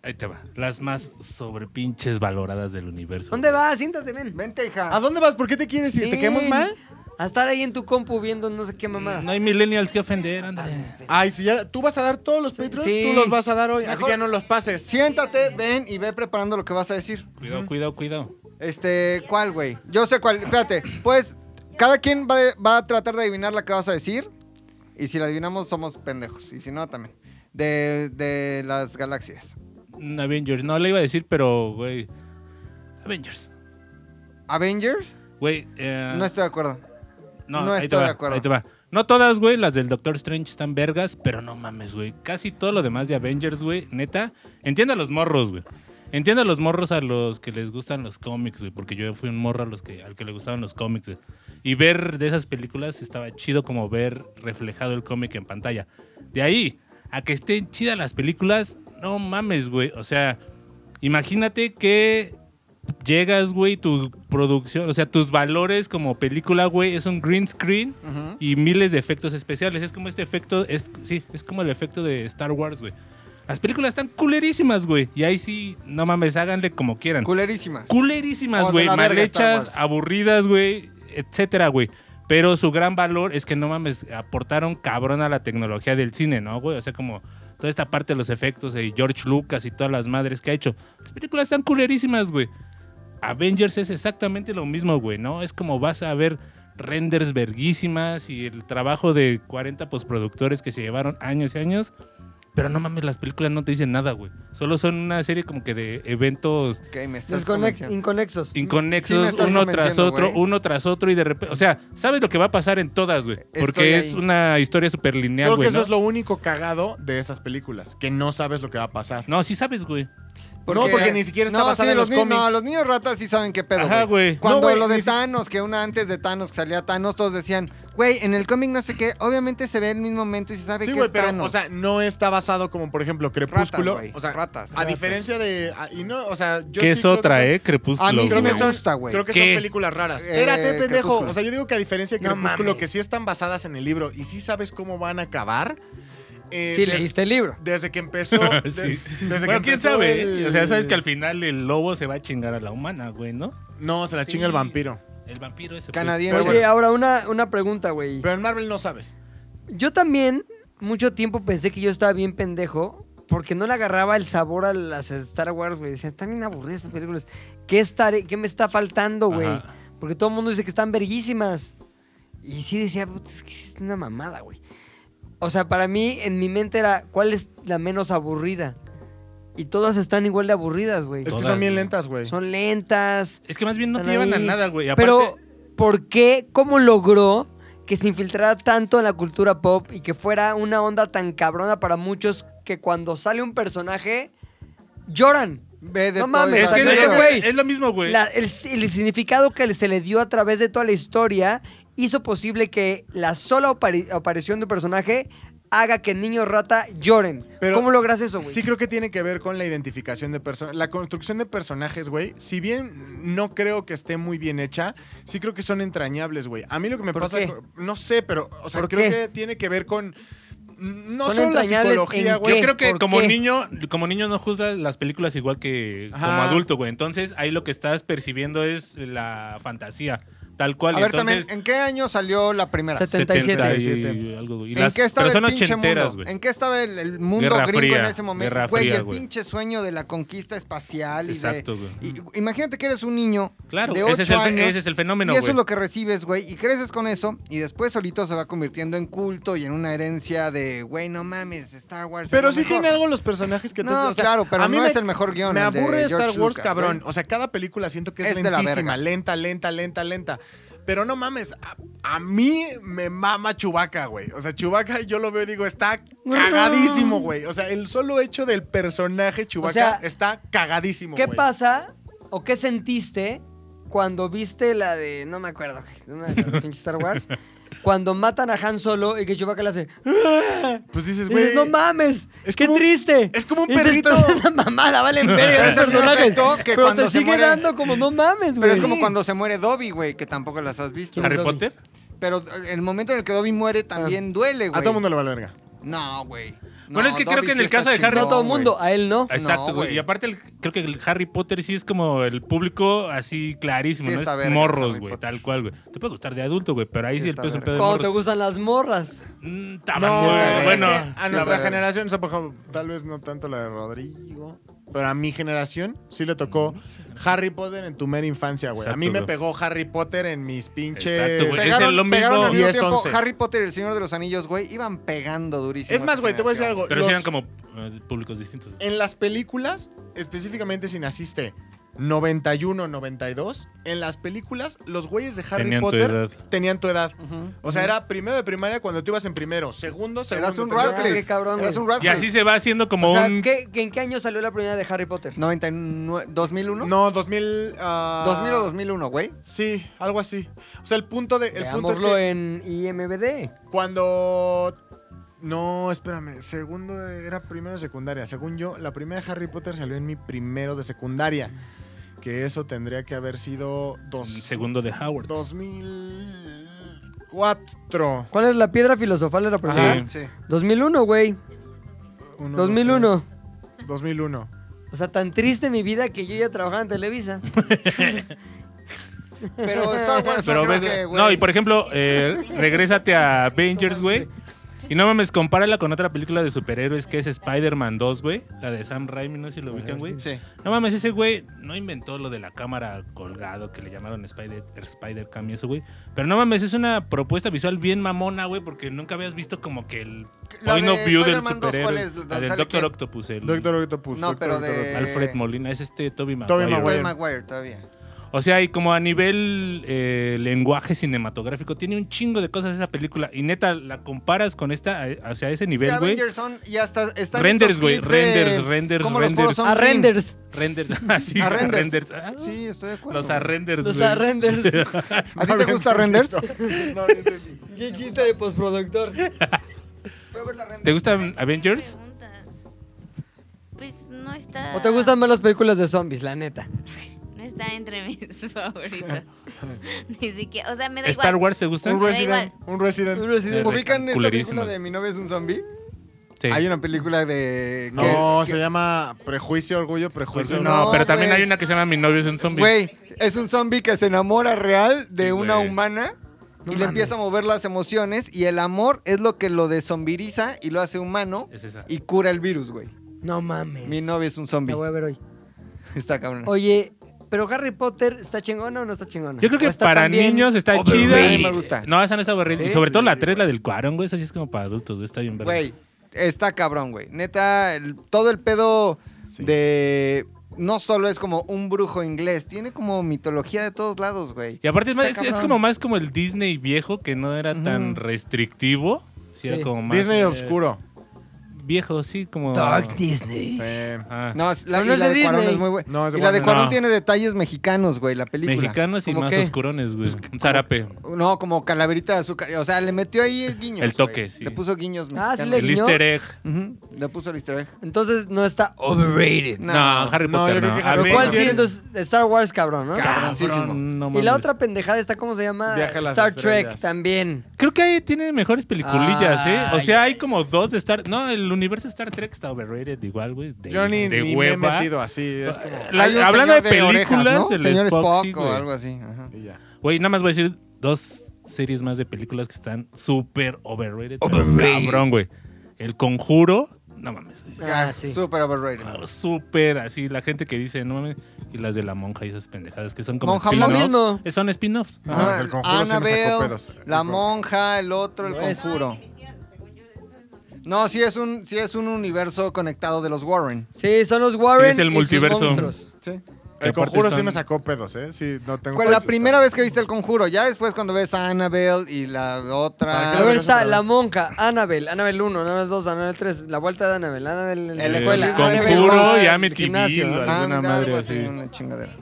ahí te va. Las más sobrepinches valoradas del universo. ¿Dónde vas? Siéntate, ven. Vente, ¿A hija. dónde vas? ¿Por qué te quieres ir? ¿Te Ven. quedamos mal? A estar ahí en tu compu viendo no sé qué mamada. No hay millennials que ofender, Ah, ándale. Ay, si ya. ¿Tú vas a dar todos los Patreons? Sí. Tú los vas a dar hoy. Así Mejor- que ya no los pases. Siéntate, ven y ve preparando lo que vas a decir. Cuidado, cuidado, cuidado. Este, ¿cuál, güey? Yo sé cuál. Espérate, pues, cada quien va, va a tratar de adivinar la que vas a decir. Y si la adivinamos, somos pendejos. Y si no, también. De, de las galaxias. Mm, Avengers. No le iba a decir, pero, güey. Avengers. ¿Avengers? Güey, Ah. eh, No estoy de acuerdo. no, no ahí te estoy va, de acuerdo. Ahí te va. No todas, güey, las del Doctor Strange están vergas, pero no mames, güey. Casi todo lo demás de Avengers, güey, neta. Entiendo a los morros, güey. Entiendo a los morros a los que les gustan los cómics, güey, porque yo fui un morro a los que, al que le gustaban los cómics, güey. Y ver de esas películas estaba chido como ver reflejado el cómic en pantalla. De ahí a que estén chidas las películas, no mames, güey. O sea, imagínate que llegas, güey, tu producción, o sea, tus valores como película, güey, es un green screen Ujú. y miles de efectos especiales. Es como este efecto, es, sí, es como el efecto de Star Wars, güey. Las películas están culerísimas, güey. Y ahí sí, no mames, háganle como quieran. Culerísimas. O Culerísimas, de güey. la Mal verga Star hechas, Wars. aburridas, güey, etcétera, güey. Pero su gran valor es que, no mames, aportaron cabrón a la tecnología del cine, ¿no, güey? O sea, como toda esta parte de los efectos de George Lucas y todas las madres que ha hecho. Las películas están culerísimas, güey. Avengers es exactamente lo mismo, güey, ¿no? Es como vas a ver renders verguísimas y el trabajo de 40 postproductores que se llevaron años y años. Pero no mames, las películas no te dicen nada, güey. Solo son una serie como que de eventos Ok, me estás Desconex- convenciendo. inconexos. Sí me inconexos estás uno tras convenciendo, otro, güey. uno tras otro y de repente, o sea, sabes lo que va a pasar en todas, güey, porque Estoy es ahí. una historia súper lineal, Creo que güey. eso ¿no? es lo único cagado de esas películas. Que no sabes lo que va a pasar. No, sí sabes, güey. No, porque ni siquiera está no, basada sí, en los ni- no, cómics. los niños ratas sí saben qué pedo. Ajá, güey. No, Cuando güey, lo de ni si- Thanos, que una antes de Thanos que salía Thanos, todos decían, güey, en el cómic no sé qué, obviamente se ve el mismo momento y se sabe Sí, que güey, es pero, Thanos. o sea, no está basado como, por ejemplo, Crepúsculo. Ratas, güey, o sea, ratas. a diferencia de... a- y no, o sea, que yo sí es creo que otra, son- eh, Crepúsculo. A mí sí Creo me que son- gusta, güey. Creo que ¿Qué? son películas raras. Eh, Espérate, pendejo. Crepúsculo. O sea, yo digo que a diferencia de No Crepúsculo, mames. que sí están basadas en el libro y sí sabes cómo van a acabar. eh, Sí, des- leíste el libro. Desde que [laughs] empezó. de- Sí. Desde Bueno, que quién empezó sabe, el- eh? o sea, sabes que al final el lobo se va a chingar a la humana, güey, ¿no? No, se la Sí. chinga el vampiro. El vampiro ese. pues. Canadiense. Oye, Pero bueno. ahora una, una pregunta, güey. Pero en Marvel no sabes. Yo también mucho tiempo pensé que yo estaba bien pendejo porque no le agarraba el sabor a las Star Wars, güey. Decían, están bien aburridas esas películas. ¿Qué, estaré, qué me está faltando, güey? Ajá. Porque todo el mundo dice que están verguísimas. Y sí decía, "Puta, es que sí es una mamada, güey. O sea, para mí, en mi mente era, ¿cuál es la menos aburrida? Y todas están igual de aburridas, güey. Es que Todas, son bien güey. lentas, güey. Son lentas. Es que más bien no te Están llevan a ahí. nada, güey. Aparte, Pero, ¿por qué? ¿Cómo logró que se infiltrara tanto en la cultura pop y que fuera una onda tan cabrona para muchos que cuando sale un personaje lloran? Ve de No todo mames, y es, que, sabe Pero, es- todo. güey, es lo mismo, güey. La- el, el significado que se le dio a través de toda la historia hizo posible que la sola apari- aparición de un personaje haga que niños rata lloren. Pero- ¿Cómo logras eso, güey? Sí creo que tiene que ver con la identificación de personas, la construcción de personajes, güey. Si bien no creo que esté muy bien hecha, sí creo que son entrañables, güey. A mí lo que me ¿Por pasa, qué? con- no sé, pero, o sea, ¿Por qué? creo que tiene que ver con no ¿Son solo la entrañables psicología, en güey. qué? Creo que ¿Por como qué? niño, como niño no juzgas las películas igual que Ajá. como adulto, güey. Entonces ahí lo que estás percibiendo es la fantasía, tal A cual. ver Entonces, también, ¿en qué año salió la primera? 77. 70 y algo, güey. Y ¿En las qué estaba el personas pinche ochenteras, mundo? güey. ¿En qué estaba el, el mundo Guerra gringo en Fría, ese momento? Guerra güey, Fría, el güey. pinche sueño de la conquista espacial. y de- Exacto, güey. y- imagínate que eres un niño Claro, de ese es, 8 el, años. ese es el fenómeno, y eso güey. es lo que recibes, güey, y creces con eso, y después solito se va convirtiendo en culto y en una herencia de, güey, no mames, Star Wars. es Pero lo sí mejor". tiene algo los personajes que te No, o sea, claro, pero a mí no me- es el mejor guión. Me el de aburre George Star Wars, Lucas, cabrón. güey. O sea, cada película siento que es, Es de la lentísima, verga. lenta, lenta, lenta, lenta, lenta. Pero no mames, a, a mí me mama Chubaca, güey. O sea, Chubaca yo lo veo y digo, está cagadísimo, güey. O sea, el solo hecho del personaje Chubaca sea, está cagadísimo, ¿Qué güey. pasa o qué sentiste cuando viste la de. No me acuerdo, güey, una de las pinches Star Wars. Cuando matan a Han Solo y que Chewbacca le hace. "Ah", Pues dices, Y dices, güey. no mames, es qué como- triste. es como un Y dices, perrito. "Pero esa mamada, vale en verga Es los el mismo personajes. efecto que pero cuando te se sigue muere- dando como no mames, güey. Pero es como cuando se muere Dobby, güey, que tampoco las has visto. ¿Quién es ¿Harry Dobby? Potter? Pero eh, el momento en el que Dobby muere también duele, güey. A todo mundo le va la verga. No, güey. Bueno, es que creo que en el caso de Harry- No todo el mundo, ah, a él no. Exacto, güey. y aparte, el- creo que el Harry Potter sí es como el público así clarísimo, Sí ¿no? está Es verga, morros, Harry güey, Potter. tal cual, güey. Te puede gustar de adulto, güey, pero ahí sí, el está peso en verga. pedo de Cuando te morros. gustan las morras. Mm, estaban No, muy- es que bueno, a sí, nuestra está bien. generación, o sea, por ejemplo, tal vez no tanto la de Rodrigo, pero a mi generación sí le tocó Harry Potter en tu mera infancia, güey. A Exacto, mí me güey. pegó Harry Potter en mis pinches. Exacto, güey. Pega- es lo mismo. pegaron al mismo 10, tiempo 11. Harry Potter y el Señor de los Anillos, güey, iban pegando durísimo. Es más, güey, te voy a decir algo. pero sí Los- eran como eh, públicos distintos. En las películas, específicamente si naciste 91, 92, en las películas los güeyes de Harry Tenían tu Potter edad. tenían tu edad. Ujú. O sea, era primero de primaria cuando tú ibas en primero, segundo, segundo. Eras un tercero. Ah, Radcliffe. Qué cabrón, Eras güey. un Y Radcliffe. así se va haciendo como O sea, un. ¿qué- qué- ¿en qué año salió la primera de Harry Potter? 99, 2001? No, 2000. ah, 2000 o 2001, güey. Sí, algo así. O sea, el punto de. El punto es Veámoslo que en IMBD. cuando. No, espérame. Segundo de- era primero de secundaria. Según yo, la primera de Harry Potter salió en mi primero de secundaria. Que eso tendría que haber sido un dos, segundo de Howard. 2004. ¿Cuál es la piedra filosofal de la primera? Sí. Ah, Sí. 2001, güey. Uno, 2001. dos, tres. 2001. O sea, tan triste mi vida que yo ya trabajaba en [laughs] Televisa. Pero Star Wars, Pero yo creo ve- que, güey, no, y por ejemplo, eh, regrésate a Avengers, güey. Y no mames, compárala con otra película de superhéroes que es Spider-Man 2, güey. La de Sam Raimi, no sé si lo ubican, güey. Sí. No mames, ese güey no inventó lo de la cámara colgado que le llamaron Spider, Spider Cam y eso, güey. Pero no mames, es una propuesta visual bien mamona, güey, porque nunca habías visto como que el La point de of view del Spider-Man 2, ¿cuál superhéroe. es? ¿Dónde La del sale Doctor quién? Octopus, el Doctor Octopus. No, Doctor pero Octopus. de- Alfred Molina, es este Toby Maguire. Tobey güey. Eh, Tobey Maguire. Maguire todavía. O sea, y como a nivel eh, lenguaje cinematográfico, tiene un chingo de cosas esa película. Y neta, la comparas con esta, a- o sea, a ese Sí, nivel, güey. Avengers son y hasta están Renders, estos güey, clips de renders, renders, cómo los renders. poros son A green. Ah, renders. Renders. [laughs] Así, A renders. renders. Ah, Sí, estoy de acuerdo. Los arrenders, Los güey. arrenders. ¿A ti te gusta renders? Qué chiste de postproductor. [laughs] ¿Te gustan Avengers? Preguntas. Pues no está. ¿O te gustan más las películas de zombies, la neta? No está entre mis [laughs] favoritas. Ni siquiera. O sea, me da ¿Star igual. Wars te gustan? Un Me da Resident. Un Resident. ¿Ubican esta Culerísima. película de Mi novia es un zombie? Sí. Hay una película de que- No, se llama Prejuicio, Orgullo, Prejuicio. no, no, pero también güey. hay una que se llama Mi novio es un zombie. Güey, es un zombie que se enamora real de Sí, una güey. humana No y le mames. empieza a mover las emociones y el amor es lo que lo desombiriza y lo hace humano Es esa. y cura el virus, güey. No mames. Mi novia es un La zombie. voy a ver hoy. Está cabrón. Oye, pero Harry Potter está chingona o no está chingona? Yo creo ¿O que está para tan bien? niños está Overrated. chida. A mí me gusta. No, esa no está aburrida. Sí, Sobre sí, todo la 3, la del Cuarón, güey. Esa sí es como para adultos, güey. Está bien verga. Güey, está cabrón, güey. Neta, el- todo el pedo de... No solo es como un brujo inglés, tiene como mitología de todos lados, güey. Y aparte es, más- Está es- es cabrón. como más como el Disney viejo, que no era tan Ujú. restrictivo. Sí, era Sí. como más. Disney eh, Obscuro. Viejo, sí, como. Dark Disney. Eh, Ah, No, es- la, Pero y no es la de de, Cuarón Disney. es muy buena. No, es de y la de Warner. Cuarón No. tiene detalles mexicanos, güey, la película. mexicanos y ¿Cómo más qué? oscurones, güey. Un zarape. No, como calaverita de azúcar. O sea, le metió ahí guiños. El toque, güey. sí. Le puso guiños. Ah, sí mexicanos. El ¿Leñó? easter egg. Ujú, Le puso el easter egg. Entonces no está overrated. No, No. Harry No, yo Potter creo no. que Pero Harry ¿cuál sí? Potter. Entonces, Star Wars, cabrón, ¿no? Cabroncísimo. no Y la mames. otra pendejada está, ¿cómo se llama? Viaje a las Star Trek estrellas. también. Creo que ahí tiene mejores peliculillas, ¿eh? O Ah, Ay. sea, hay como dos de Star... No, el universo Star Trek está overrated igual, güey. De, yo ni, de ni me he hueva. metido así. Es como. La- Hay un hablando de señor películas, orejas, ¿no? el Señor Spock, Spock sí, güey. o algo así. ajá. y ya. Güey, nada más voy a decir dos series más de películas que están súper overrated. pero Overrated. Cabrón, güey. El Conjuro, no mames. güey. Ah, sí. Super overrated. Ah, Súper así, la gente que dice, no mames. Y las de la monja y esas pendejadas que son como Monja, lo spin-offs. mismo. Eh, Son spin-offs. Ah, Ajá. pues el conjuro sí me sacó Annabelle, pedos. la monja, el otro, el No es- conjuro. No, sí es un, sí es un universo conectado de los Warren. Sí, son los Warren. Sí, es el y sus multiverso. monstruos. El conjuro sí me sacó pedos, ¿eh? Sí, no tengo Con pedos. la primera vez que viste el conjuro, ya después cuando ves a Annabelle y la otra. A ver, está la monja, Annabel, Annabel 1, Annabel 2, Annabel 3, la vuelta de Annabel, Annabel en El la escuela. Annabel conjuro dos, en y el Amityville gimnasio, o ¿no? Ah, alguna madre así. Una chingadera.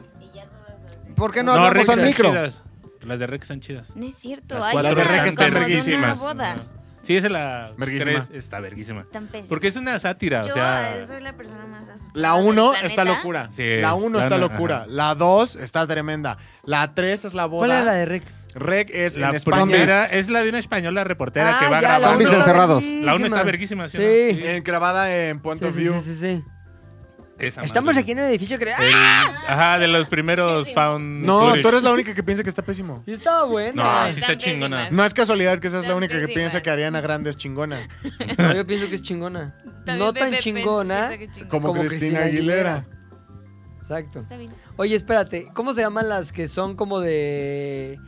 ¿Por qué no, No, hablamos Rex al están micro? chidas. Las de Rex están chidas. No es cierto. Las Ay, cuatro esa, rejas están como de una verguísimas. boda. Sí, esa es la Verguísima. tres, está verguísima. Tan pésima. Porque es una sátira, o Yo sea. soy la persona más asustada. La del 1 está planeta. locura. Sí. la 1 La está uno, locura. ajá. La 2 está tremenda. La 3 es la boda. ¿Cuál era la de Rick? Rec es La en España. primera es la de una española reportera Ah, que ya, la va grabando. Zombies uno está encerrados. verguísima. La 1 está verguísima, ¿sí? o no? Sí. Sí. En- grabada en Point Sí, of sí, View. sí, sí, sí. Esa Estamos madre. aquí en un edificio que... ¡Ah! El- Ajá, de los primeros found. No, footage. tú eres la única que piensa que está pésimo. Y estaba bueno. No, No, sí está están chingona. pésimas. No es casualidad que seas la Tan única que pésima. piensa que Ariana Grande es chingona. No, yo pienso que es chingona. También no Pepe tan Pen- chingona. piensa que chingona. Como, Como Cristina, Cristina Aguilera. Aguilera. Exacto. Está bien. Oye, espérate, ¿cómo se llaman las que son como de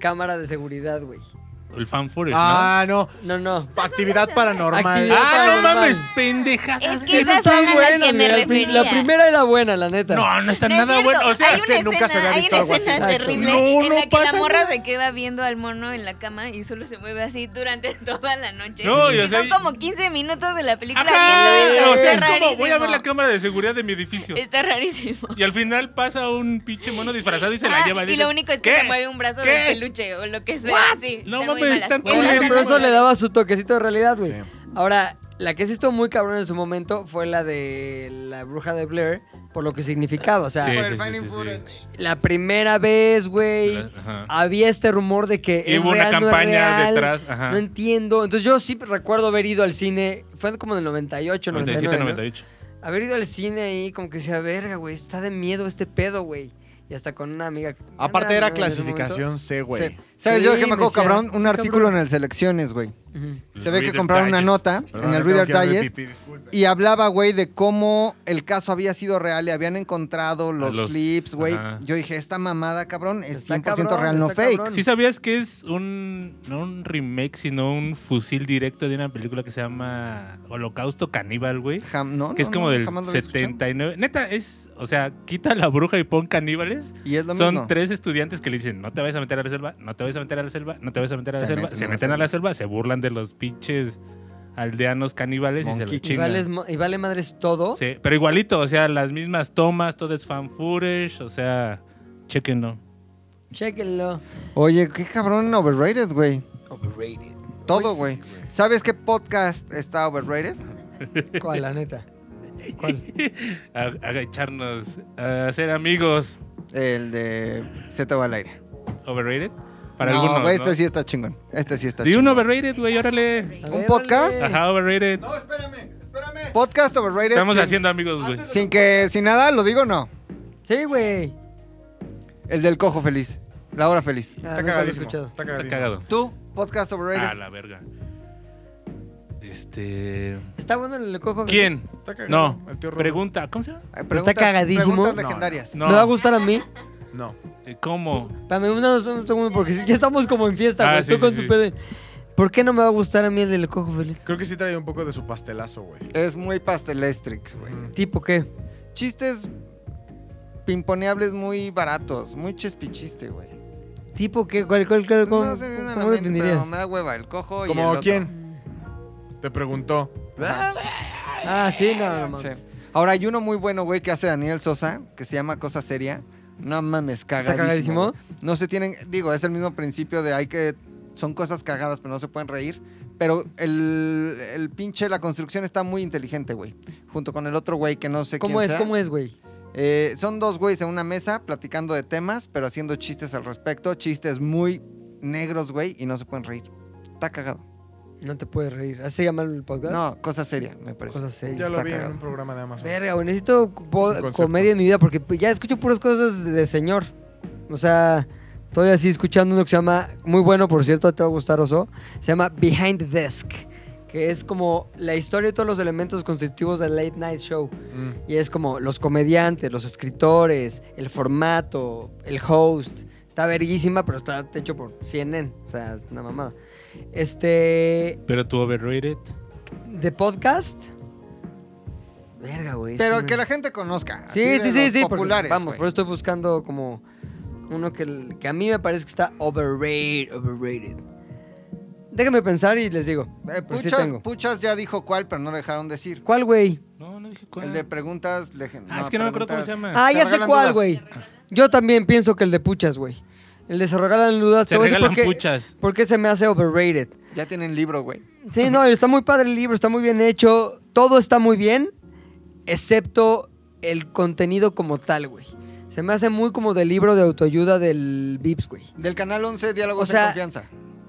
cámara de seguridad, güey? El fan footage, ¿no? Ah, no. No, no. Actividad paranormal. Actividad- Ah, no normal. mames, pendejadas. Es que esas Están son a las que buenas, me mira, el pri- refería. La primera era buena, la neta. No, no está No es nada cierto, bueno. O sea, hay es una que escena, nunca se había hay visto una algo así. escena Exacto. terrible No, en no la que la pasa morra nada. se queda viendo al mono en la cama y solo se mueve así durante [laughs] toda la noche. No, y y o sea, son como 15 minutos de la película viendo Ajá, eso. o sea, es está como voy a ver la rarísimo. cámara de seguridad de mi edificio. Está rarísimo. Y al final pasa un pinche mono disfrazado y [laughs] se la Ah, lleva. y dices, lo único es que ¿qué? se mueve un brazo ¿Qué? de peluche o lo que sea. Sí, No mames, están muy malas. están Esas Oye, Esas pero están eso muy le malas. daba su toquecito de realidad, güey. Sí. Ahora, la que sí estuvo muy cabrón en su momento fue la de la bruja de Blair, por lo que significaba. O sea, Sí, Por el sí, sí, Finding sí, sí. Footage. la primera vez, güey, Ajá. había este rumor de que Y es hubo una real, no es campaña real, detrás, ajá. No entiendo. Entonces yo sí recuerdo haber ido al cine, fue como en el 98, 99, 97, ¿no? 98. Haber ido al cine y como que decía, verga, güey, está de miedo este pedo, güey. Y hasta con una amiga. Aparte era en ese momento. clasificación C, güey. Sí. ¿Sabes Sí, yo que me me acuerdo, decía, cabrón? sí, Un artículo en el Selecciones, güey. Ujú. Se ve que Reader compraron una Digest. nota Perdón, en el tengo Reader que ir al Digest pipí, disculpe. y hablaba, güey, de cómo el caso había sido real y habían encontrado los, los- clips, güey. ajá. Yo dije, esta mamada, cabrón, es Está 100% cabrón, real, no está fake. cabrón. ¿Sí sabías que es un, no un remake, sino un fusil directo de una película que se llama Holocausto Caníbal, güey? Jam- no, Que es no, como no, del jamás lo había escuchado. 79. Neta, es, o sea, quita a la bruja y pon caníbales. Y es lo Son mismo. tres estudiantes que le dicen, no te vayas a meter a la selva, no te vayas a meter a la selva, no te vayas a meter a la Se selva. meten se a la meten a la selva, se burlan de los pinches aldeanos caníbales y se Monkey los Y chingan. vale, mo- y vale madres todo. Sí, pero igualito, o sea, las mismas tomas, todo es fan footage, o sea, chequenlo. Chéquenlo. Oye, qué cabrón overrated, güey. Overrated. Todo, güey. ¿Sabes qué podcast está overrated? ¿Cuál, la [laughs] neta? ¿Cuál? [laughs] A, agacharnos, a ser amigos, El de Z al aire. overrated. Para no, algunos. güey, ¿no? este sí está chingón. Este sí está Di chingón. un overrated, güey, órale. A ¿Un podcast? órale. Ajá, overrated. No, espérame, espérame. Podcast overrated. Estamos sin, haciendo amigos, güey. Sin que, sin nada, lo digo o no. Sí, güey. El del cojo feliz. La hora Ah, feliz. Está nunca lo he cagadísimo. escuchado. Está Está cagadísimo. cagado. ¿Tú? Podcast overrated. Ah, la verga. Este. Está bueno el cojo. feliz? ¿Quién? Está cagado, No, el tío Robert. pregunta. ¿Cómo se llama? Ay, Pero está cagadísimo. Preguntas No, no. legendarias. No. ¿Me va a gustar a mí? No. Eh, ¿Cómo? Espérame, un un segundo, porque sí, ya estamos como en fiesta, Ah, güey. sí, Tú con sí, tu sí. PD. ¿Por qué no me va a gustar a mí el del cojo feliz? Creo que sí trae un poco de su pastelazo, güey. Es muy pastelestrix, güey. ¿Tipo qué? Chistes pimponeables muy baratos. Muy chespichiste, güey. Pues ¿Tipo qué? ¿Cuál, cuál, cuál, cómo, No se me viene a la cómo lo mente, pero definirías? me da hueva el cojo y el ¿Como otro. quién? Te preguntó. Ah, sí, no, no Sí. mames. Ahora hay uno muy bueno, güey, que hace Daniel Sosa, que se llama Cosa Seria. No mames, cagadísimo. cagadísimo? güey. No se tienen, digo, es el mismo principio de hay que, son cosas cagadas, pero no se pueden reír. Pero el, el pinche, la construcción está muy inteligente, güey. Junto con el otro güey que no sé ¿Cómo quién es? sea. ¿Cómo es, güey? Eh, son dos güeyes en una mesa platicando de temas, pero haciendo chistes al respecto. Chistes muy negros, güey, y no se pueden reír. Está cagado. No te puedes reír. ¿Así se llama el podcast? No, pues, cosa seria, me parece. Cosas serias. Ya lo Está vi en cagado. un programa de Amazon. Verga, güey, necesito po- Es un concepto. comedia en mi vida porque pues, ya escucho puras cosas de señor. O sea, estoy así escuchando uno que se llama, muy bueno por cierto, te va a gustar oso, se llama Behind the Desk, que es como la historia y todos los elementos constitutivos del late night show. Mm. Y es como los comediantes, los escritores, el formato, el host. Está verguísima, pero está hecho por CNN. O sea, es una mamada. Este, Pero tu overrated. de podcast, Verga, güey. Pero sí que me- la gente conozca. así Sí, de sí, sí, los sí. porque- Populares. vamos, güey. por eso estoy buscando como uno que, que a mí me parece que está overrated. overrated. Déjame pensar y les digo. Eh, Pero sí Puchas, tengo. Puchas ya dijo cuál, pero no le dejaron decir. ¿Cuál, güey? No, no dije El de preguntas. le- Ah, es que no me acuerdo cómo preguntas- se llama. Ah, Se ya sé regalan cuál, dudas. güey. Yo también pienso que el de puchas, güey. El de se regalan dudas. Se te voy a decir regalan por qué- puchas. ¿Por qué se me hace overrated? Ya tienen libro, güey. Sí, no, está muy padre el libro, está muy bien hecho, todo está muy bien, excepto el contenido como tal, güey. Se me hace muy como del libro de autoayuda del Vips, güey. Del canal 11, Diálogos O sea, en Confianza.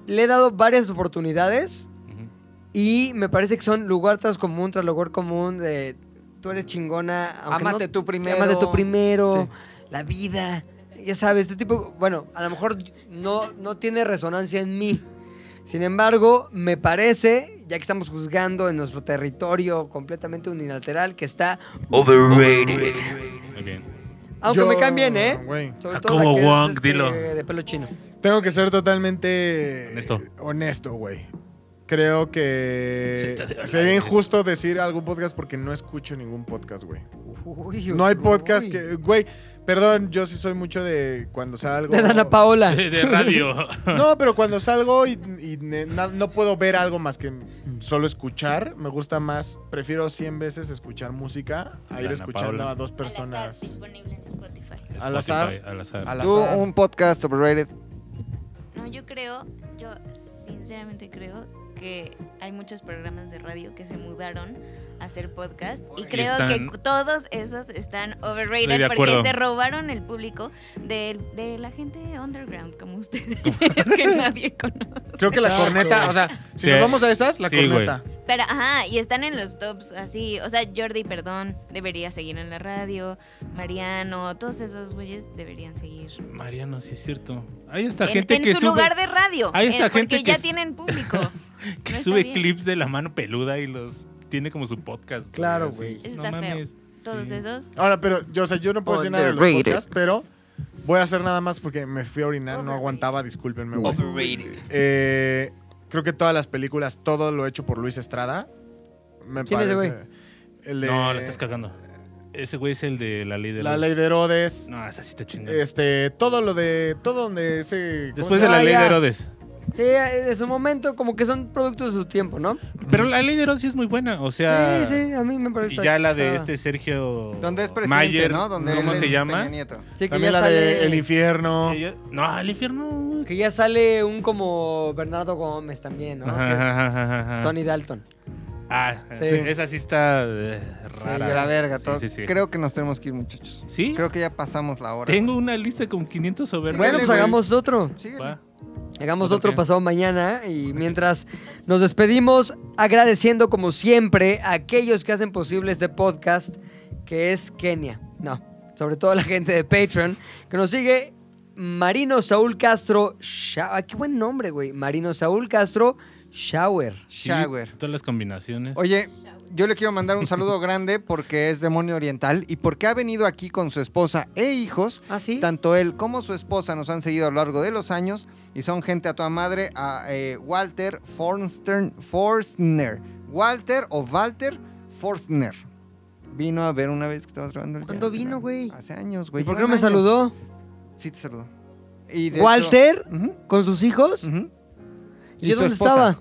Le he dado varias oportunidades Ujú. y me parece que son lugar tras común, tras lugar común, de tú eres chingona, aunque Ámate no- tú primero. Amate tú primero, Sí. la vida. Ya sabes, este tipo, bueno, a lo mejor no, no tiene resonancia en mí. Sin embargo, me parece, ya que estamos juzgando en nuestro territorio completamente unilateral, que está overrated. Muy bien. Aunque Yo- me caen bien, ¿eh? güey. Sobre Jacobo la que es, Ah, Wong, este, dilo. De pelo chino. Tengo que ser totalmente Honesto. honesto, güey. Creo que Zeta de Online. sería injusto decir algún podcast porque no escucho ningún podcast, güey. Uy, No hay uy. podcast [laughs] que, güey, perdón, yo sí soy mucho de cuando salgo. De Dana Paola. [laughs] De, de radio. [laughs] No, pero cuando salgo y, y ne- na- no puedo ver algo más que solo escuchar, me gusta más, prefiero 100 veces escuchar música a ir Dana escuchando Paola. a dos Al azar, personas. disponible en Spotify. [laughs] Al azar. Spotify, Al azar. Al Tú, azar. un podcast overrated. No, yo creo, yo sinceramente creo que hay muchos programas de radio que se mudaron a hacer podcast y creo están- que todos esos están Estoy de overrated acuerdo. porque se robaron el público de, de la gente underground como ustedes [laughs] [laughs] que nadie conoce. Creo que la corneta, o sea, si Sí. nos vamos a esas, la Sí, corneta. Pero ajá, y están en los tops así, o sea, Jordi, perdón, debería seguir en la radio, Mariano, todos esos güeyes deberían seguir. Mariano, sí es cierto. Hay esta en, gente en que su sube, lugar de radio, Hay eh, esta gente porque que ya s- [laughs] tienen público. que No está sube bien. clips de la mano peluda y los tiene como su podcast. Claro, así. güey. Eso está feo. Todos Sí. esos. Ahora, pero yo, o sea, yo no Oh, puedo decir nada de los Overrated. podcasts, pero voy a hacer nada más porque me fui a orinar, no aguantaba, discúlpenme. güey. Eh, creo que todas las películas, todo lo hecho por Luis Estrada, me ¿Quién es parece. ese el de- No, la estás cagando. Ese güey es el de la ley de La Herodes. ley de Herodes. No, esa sí está chingada. Este, todo lo de. Todo donde ese. ¿cómo Después de se llama? la Ah, ley ya. de Herodes. Sí, en su momento, como que son productos de su tiempo, ¿no? Ah. Pero la ley de Herodes sí es muy buena. O sea. Sí, sí, a mí me parece. Ah. Y ya la de está- este Sergio. Donde es presidente, Mayer, ¿no? Donde ¿Cómo él se es llama? Peña Nieto. Sí, que También ya la de sale- El Infierno. Ella- No, el infierno. Que ya sale un como Bernardo Gómez también, ¿no? Ajá, Que es ajá, ajá, ajá. Tony Dalton. Ah, Sí. sí, esa sí está eh, rara. De la verga, Sí, todo. sí, sí. Creo que nos tenemos que ir, muchachos. ¿Sí? Creo que ya pasamos la hora. Tengo una lista con 500 soberbios. Bueno, pues güey. hagamos otro. Síguele. Va. Hagamos ¿Otro otro qué? pasado mañana y mientras nos despedimos agradeciendo como siempre a aquellos que hacen posible este podcast, que es Kenia. No, sobre todo a la gente de Patreon, que nos sigue Marino Saúl Castro. Sha- ah, qué buen nombre, güey. Marino Saúl Castro Shower. Shower. Todas las combinaciones. Oye, yo le quiero mandar un saludo [laughs] grande porque es demonio oriental y porque ha venido aquí con su esposa e hijos. ¿Ah, sí? Tanto él como su esposa nos han seguido a lo largo de los años y son gente a toda madre a eh, Walter Forstern- Forstner. Walter o Walter Forstner. Vino a ver una vez que estabas grabando el ¿Cuándo Llano, vino, Llano. güey? Hace años, ¿Y güey. por qué no llevan me años. saludó? Sí, te saludó. Y de hecho- ¿Walter? Ujú, ¿Con sus hijos? ujú. Mm. ¿Y, yo su dónde esposa. estaba?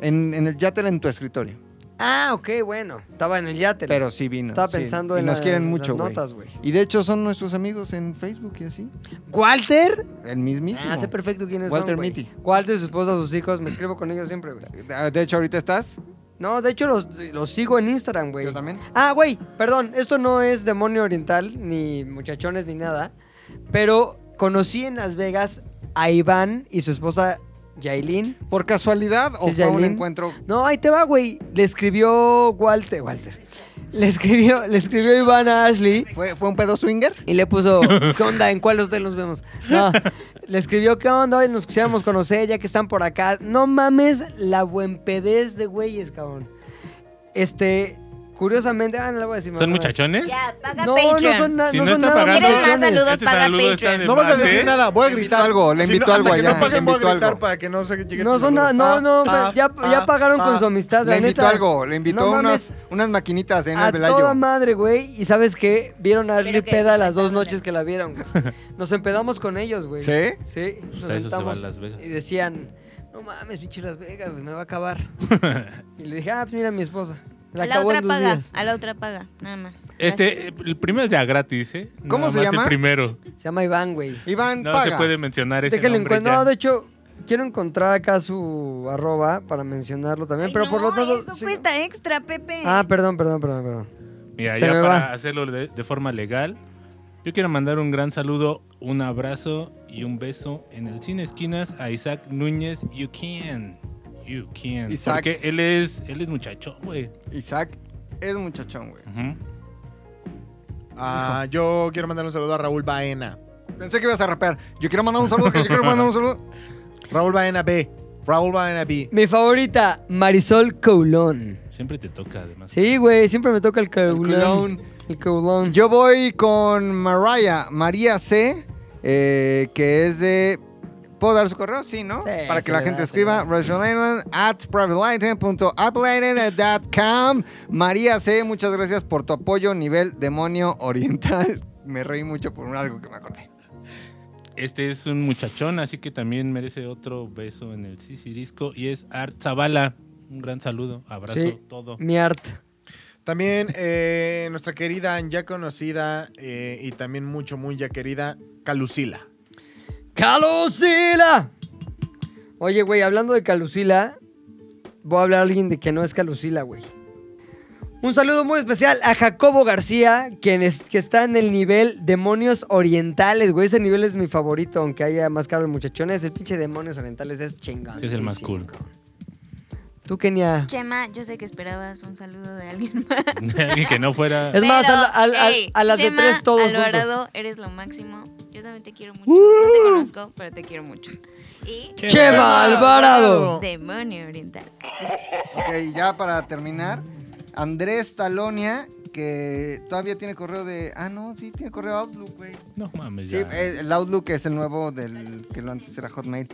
En, en el yátel en tu escritorio. Ah, ok, bueno. Estaba en el yate. Pero sí vino. Estaba sí. pensando Y en nos las- quieren en mucho, las güey. notas, güey. Y de hecho son nuestros amigos en Facebook y así. ¿Walter? El mismísimo. Ah, sé perfecto quién es. Walter Mitty. Walter, su esposa, sus hijos. Me escribo con ellos siempre, güey. Ah, de hecho, ahorita estás. No, de hecho, los, los sigo en Instagram, güey. Yo también. Ah, güey, perdón. Esto no es demonio oriental, ni muchachones, ni nada. Pero conocí en Las Vegas a Iván y su esposa Yailin. ¿Por casualidad o Sí, fue un Yailin. encuentro? No, ahí te va, güey. Le escribió Walter. Walter. Le escribió, le escribió Iván a Ashley. ¿Fue, fue un pedo swinger? Y le [laughs] puso, ¿qué onda? ¿En cuál hotel nos vemos? No, le escribió, ¿qué onda? Hoy nos quisiéramos conocer ya que están por acá. No mames la buen pedez de güeyes, cabrón. Este, Curiosamente, ah, no le voy a decir ¿Son mamadas. muchachones? Ya, paga No, Patreon. no son nada. Si no no son está nada pagando, ¿Quieres más saludos? este Paga saludo está Patreon. de No vas a más, decir ¿eh? nada, voy a gritar algo, le Si invito no, algo hasta que allá, no le paguen, voy a invito gritar algo. para que no se llegue No tu son nada, saludo. no, no, Ah, ya, ah, ya pagaron con ah. su amistad, Le la invitó neta. algo, le invitó No mames. unas, unas maquinitas en el A Velayo. toda madre, güey. Y sabes qué? Vieron a Espero Arlie que peda se las dos metan en noches el- que la vieron. [laughs] güey. Nos empedamos con ellos, güey. ¿Sí? Sí. Pues nos a eso se va a sentamos Las Vegas. Y decían, no mames, pinche Las Vegas, güey, me va a acabar. [laughs] y le dije, ah, pues mira a mi esposa. La A la acabó otra en dos paga, días. a la otra paga, nada más. Este, el primero es de a gratis, ¿eh? ¿Cómo Nada se más llama? El primero. Se llama Iván, güey. Iván, No paga. se puede mencionar ese Déjenlo nombre encuentro. ya. No, de hecho, quiero encontrar acá su arroba para mencionarlo también, Ay, pero por lo no, tanto. Eso sí. cuesta extra, Pepe. Ah, perdón, perdón, perdón, perdón. Mira, Se ya me para va. hacerlo de, de forma legal, yo quiero mandar un gran saludo, un abrazo y un beso en el Cine Esquinas a Isaac Núñez You Can. You Can. Isaac. Porque él es, él es muchacho, güey. Isaac es muchachón, güey. Ujú. Ah, yo quiero mandar un saludo a Raúl Baena. Pensé que ibas a rapear. Yo quiero mandar un saludo, que yo quiero mandar un saludo. Raúl Baena B. Raúl Baena B. Mi favorita, Marisol Coulon. Siempre te toca, además. Sí, güey, siempre me toca el Coulon. Coulon. El Coulon. Yo voy con Mariah, María C, eh, que es de... ¿Puedo dar su correo? Sí, ¿no? Sí, Para se que la le gente da, se escriba. le Rachel Island at privatelighting.uplighting.com. María C, muchas gracias por tu apoyo, nivel demonio oriental. [laughs] Me reí mucho por algo que me acordé. Este es un muchachón, así que también merece otro beso en el Sisirisco. Y es Art Zavala. Un gran saludo, abrazo, Sí. Mm, todo. Mi art. También eh, nuestra querida, ya conocida eh, y también mucho, muy ya querida, Calucila. ¡Calucila! Oye, güey, hablando de Calucila, voy a hablar a alguien de que no es Calucila, güey. Un saludo muy especial a Jacobo García, quien es- que está en el nivel Demonios Orientales, güey. Ese nivel es mi favorito, aunque haya más caro el muchachones. El pinche Demonios Orientales es chingón. Es el más cool. [laughs] Tú, Kenia. Chema, yo sé que esperabas un saludo de alguien más. y que no fuera. [laughs] Es más, Pero, a, la- al- al- ey, a las de Chema tres todos Alvarado, juntos. Uh-huh. eres lo máximo. Yo también te quiero mucho. No te conozco, pero te quiero mucho. Y Chema Alvarado. Demonio Oriental. Ok, ya para terminar, Andrés Talonia, que todavía tiene correo de... Ah, no, sí, tiene correo Outlook, güey. No mames, Sí, pues ya. eh, el Outlook es el nuevo del que lo antes era Hotmail.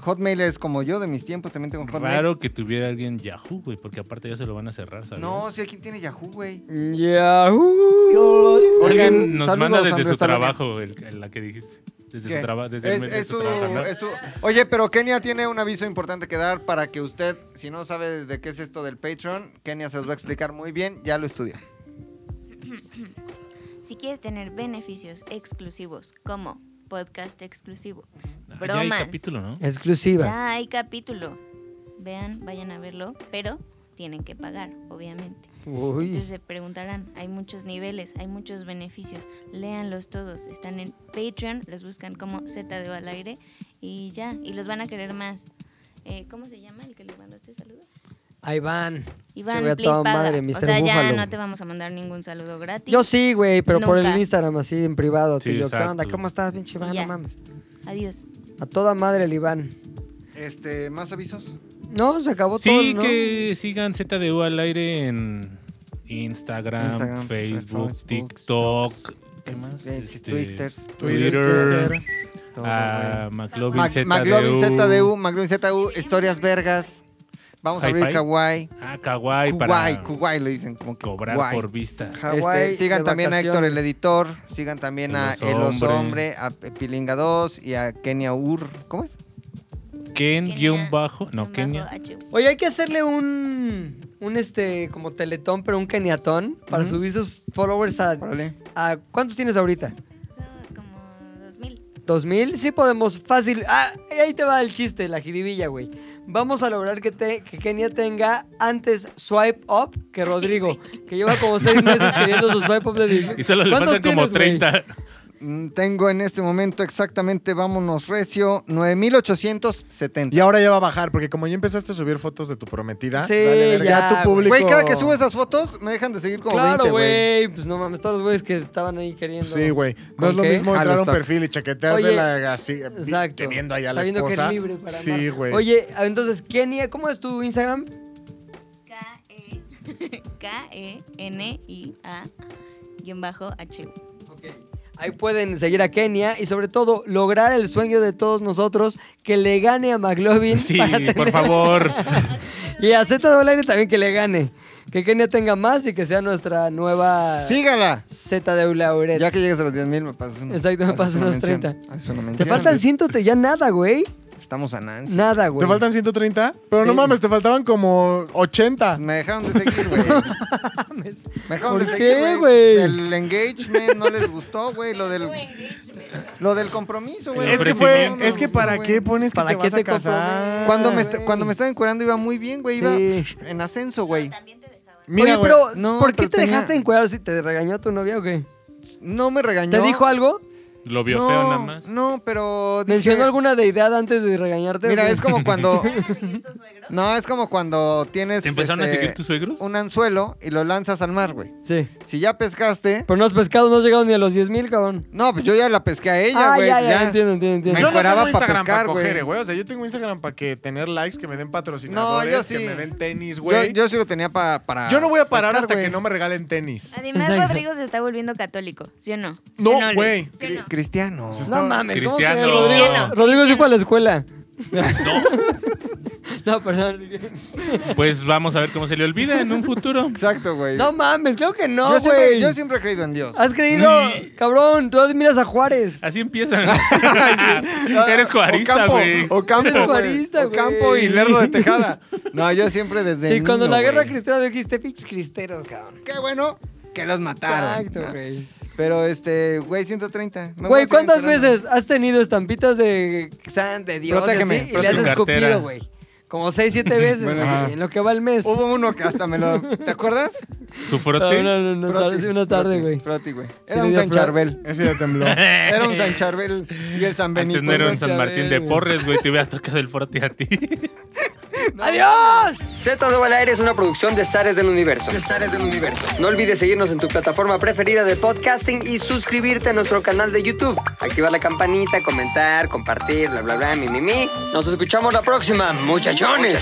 Hotmail es como yo de mis tiempos, también tengo Hotmail. Raro que tuviera alguien Yahoo, güey, porque aparte ya se lo van a cerrar, ¿sabes? No, si aquí tiene Yahoo, güey. Yahoo. Alguien nos saludos, manda desde Andrés su Talonia. trabajo, el, el- la que dijiste. Desde ¿Qué? su trabajo, desde Es- el- desde es su su- trabajo, ¿no? es su- Oye, pero Kenia tiene un aviso importante que dar para que usted, si no sabe de qué es esto del Patreon, Kenia se los va a explicar muy bien, ya lo estudia. Si quieres tener beneficios exclusivos, como podcast exclusivo, Ah, ya hay bromas, capítulo, ¿no? Exclusivas. ya hay capítulo. Vean, vayan a verlo, pero tienen que pagar, obviamente. Uy. Entonces se preguntarán, hay muchos niveles, hay muchos beneficios, léanlos todos, están en Patreon, los buscan como ZDO al aire y ya, y los van a querer más. Eh, ¿Cómo se llama el que le mandaste saludos? Ahí van. Se Iván, ve a please toda paga. madre, Mr. o sea, ya Búfalo. no te vamos a mandar ningún saludo gratis. Yo sí, güey, pero por el Nunca. Instagram, así en privado. Sí, te digo, ¿qué exacto. onda? ¿Cómo estás, pinche Iván? Ya. No mames. Adiós. A toda madre el Iván. Este, ¿más avisos? No, se acabó todo. Sí, ¿no? que sigan ZDU al aire en Instagram, Instagram, Facebook, Facebook, TikTok. ¿Qué Es- más? eh, Este, Twisters, Twitter. Twister. todo, a güey. Ah, McLovin Mac- ZDU. McLovin ZDU, McLovin ZDU, historias vergas. Vamos a abrir Hi-Fi. Kawaii. Ah, Kawaii Kuwai, para Kuwai le dicen como que cobrar Kuwai. por vista. Este, Hawái sigan de también a Héctor el vacaciones. editor, sigan también El a Oso El Oso Hombre. Hombre, a Pe- Pilinga 2 y a Kenia Ur. ¿Cómo es? Ken Kenia, guión bajo. No, Bajo Kenia. H. Oye, hay que hacerle un. Un este, como teletón, pero un keniatón. Para Ujú. subir sus followers a, Órale. a- ¿Cuántos tienes ahorita? Son Como 2000. ¿Dos mil? Sí, podemos fácil. Ah, ahí te va el chiste, la jiribilla, güey. Vamos a lograr que, te, que Kenia tenga antes swipe up [laughs] que Rodrigo, que lleva como seis meses queriendo su swipe up de 10 Y solo le ¿Cuántos faltan como tienes, güey? 30. Mm, Tengo en este momento exactamente, vámonos recio, 9870. Y ahora ya va a bajar, porque como ya empezaste a subir fotos de tu prometida, Sí, dale verga. ya, tu público. Güey, cada que subo esas fotos me dejan de seguir como Claro, 20, güey. güey. Pues no mames, todos los güeyes que estaban ahí queriendo. Sí, güey. No ¿Con es lo qué? mismo entrar a un Halostock. perfil y chaquetear Oye, de la así, Exacto. teniendo allá a la Sabiendo esposa. que es libre para amar. sí, güey. Oye, entonces, Kenia, ¿cómo es tu Instagram? K, E, K-E-N-I-A-H-U. Ahí pueden seguir a Kenia y sobre todo lograr el sueño de todos nosotros que le gane a McLovin. [laughs] Sí, para tener- por favor. Y a Z Dolaire también que le gane. Que Kenia tenga más y que sea nuestra nueva Síganla. Z de Lauret. Ya que llegues a los 10 mil, me pasas unos. Exacto, me haces pasas una unos mención, 30. haces una Te mención. faltan 100, ya nada, güey. Estamos a Nancy. Nada, güey. ¿Te faltan 130? Pero no Sí. mames, te faltaban como 80. Me dejaron de seguir, güey. Me dejaron ¿Por de seguir, qué, güey. güey? El engagement no les gustó, güey. Lo del, lo del compromiso, güey. Es que, fue, es que ¿para qué pones que ¿Para te qué vas te a casar? comprometes? Cuando me, est- güey? cuando me estaban curando iba muy bien, güey. Iba Sí. en ascenso, güey. Oye, Mira, güey, pero no, ¿por qué pero te tenía- dejaste encuadrar si te regañó tu novia o qué? No me regañó. ¿Te dijo algo? Lo vio no, feo nada más. No, pero. dije- ¿Mencionó alguna deidad antes de regañarte? o Mira, qué? es como cuando. tu suegro? No, es como cuando tienes. ¿Te empezaron este, a seguir tus suegros? Un anzuelo y lo lanzas al mar, güey. [laughs] Sí. Si ya pescaste. Pero no has pescado, no has llegado ni a los 10 mil, cabrón. No, pues yo ya la pesqué a ella, ah, güey. ya, ya, ya. entiendo, entiendo, entiendo. Me Yo no encueraba tengo pa' Instagram para pescar, coger, güey. güey. O sea, yo tengo Instagram para que tener likes, que me den patrocinadores, No, yo sí. que me den tenis, Yo, güey. Yo, yo sí lo tenía pa- para. no voy a parar pescar, hasta güey. que no me regalen tenis. Además, Exacto. Rodrigo se está volviendo católico, ¿sí o no? ¿Sí No, o Luis? güey. ¿Sí o no? Cri- Cristiano. No mames, ¿cómo Cristiano. crees, Rodrigo? Cristiano. Rodrigo se fue a la escuela. No, [laughs] No, perdón. pues vamos a ver cómo se le olvida en un futuro. Exacto, güey. No mames, creo que no, yo, siempre, güey. Ah, yo siempre he creído en [laughs] Dios. Has creído, Ni- cabrón, tú admiras a Juárez. Así empiezan. Eres juarista, güey. O campo, Eres o juarista, campo, campo güey. y lerdo de tejada. No, yo siempre desde. Sí, cuando niño, la guerra güey. cristiana dijiste, pinches cristeros, cabrón. Qué bueno que los mataron. Exacto, ¿no? güey. Pero este, güey, 130. Ah. Me voy a Güey, seguir ¿cuántas enterando. veces has tenido estampitas de san de Dios y, Protégeme, así, y le has protégeme. Cartera. escupido, güey? Como seis, siete veces, Bueno, güey, sí. en lo que va el mes. Hubo uno que hasta me lo. ¿Te acuerdas? Su No, [laughs] frote. no, no, no, Froti, tal vez una tarde, Froti, güey. Froti, güey. le Era un dio San Froti. Charbel. Ese ya tembló. Era un San Charbel y el San Benito. Antes no era en San Benito, Martín de güey. Porres, güey. Te hubiera tocado el frote a ti. ¡Adiós! Z de al aire es una producción de Zares del Universo. del Universo. No olvides seguirnos en tu plataforma preferida de podcasting y suscribirte a nuestro canal de YouTube. Activar la campanita, comentar, compartir, bla, bla, bla, mi, mi, mi. Nos escuchamos la próxima, muchachones.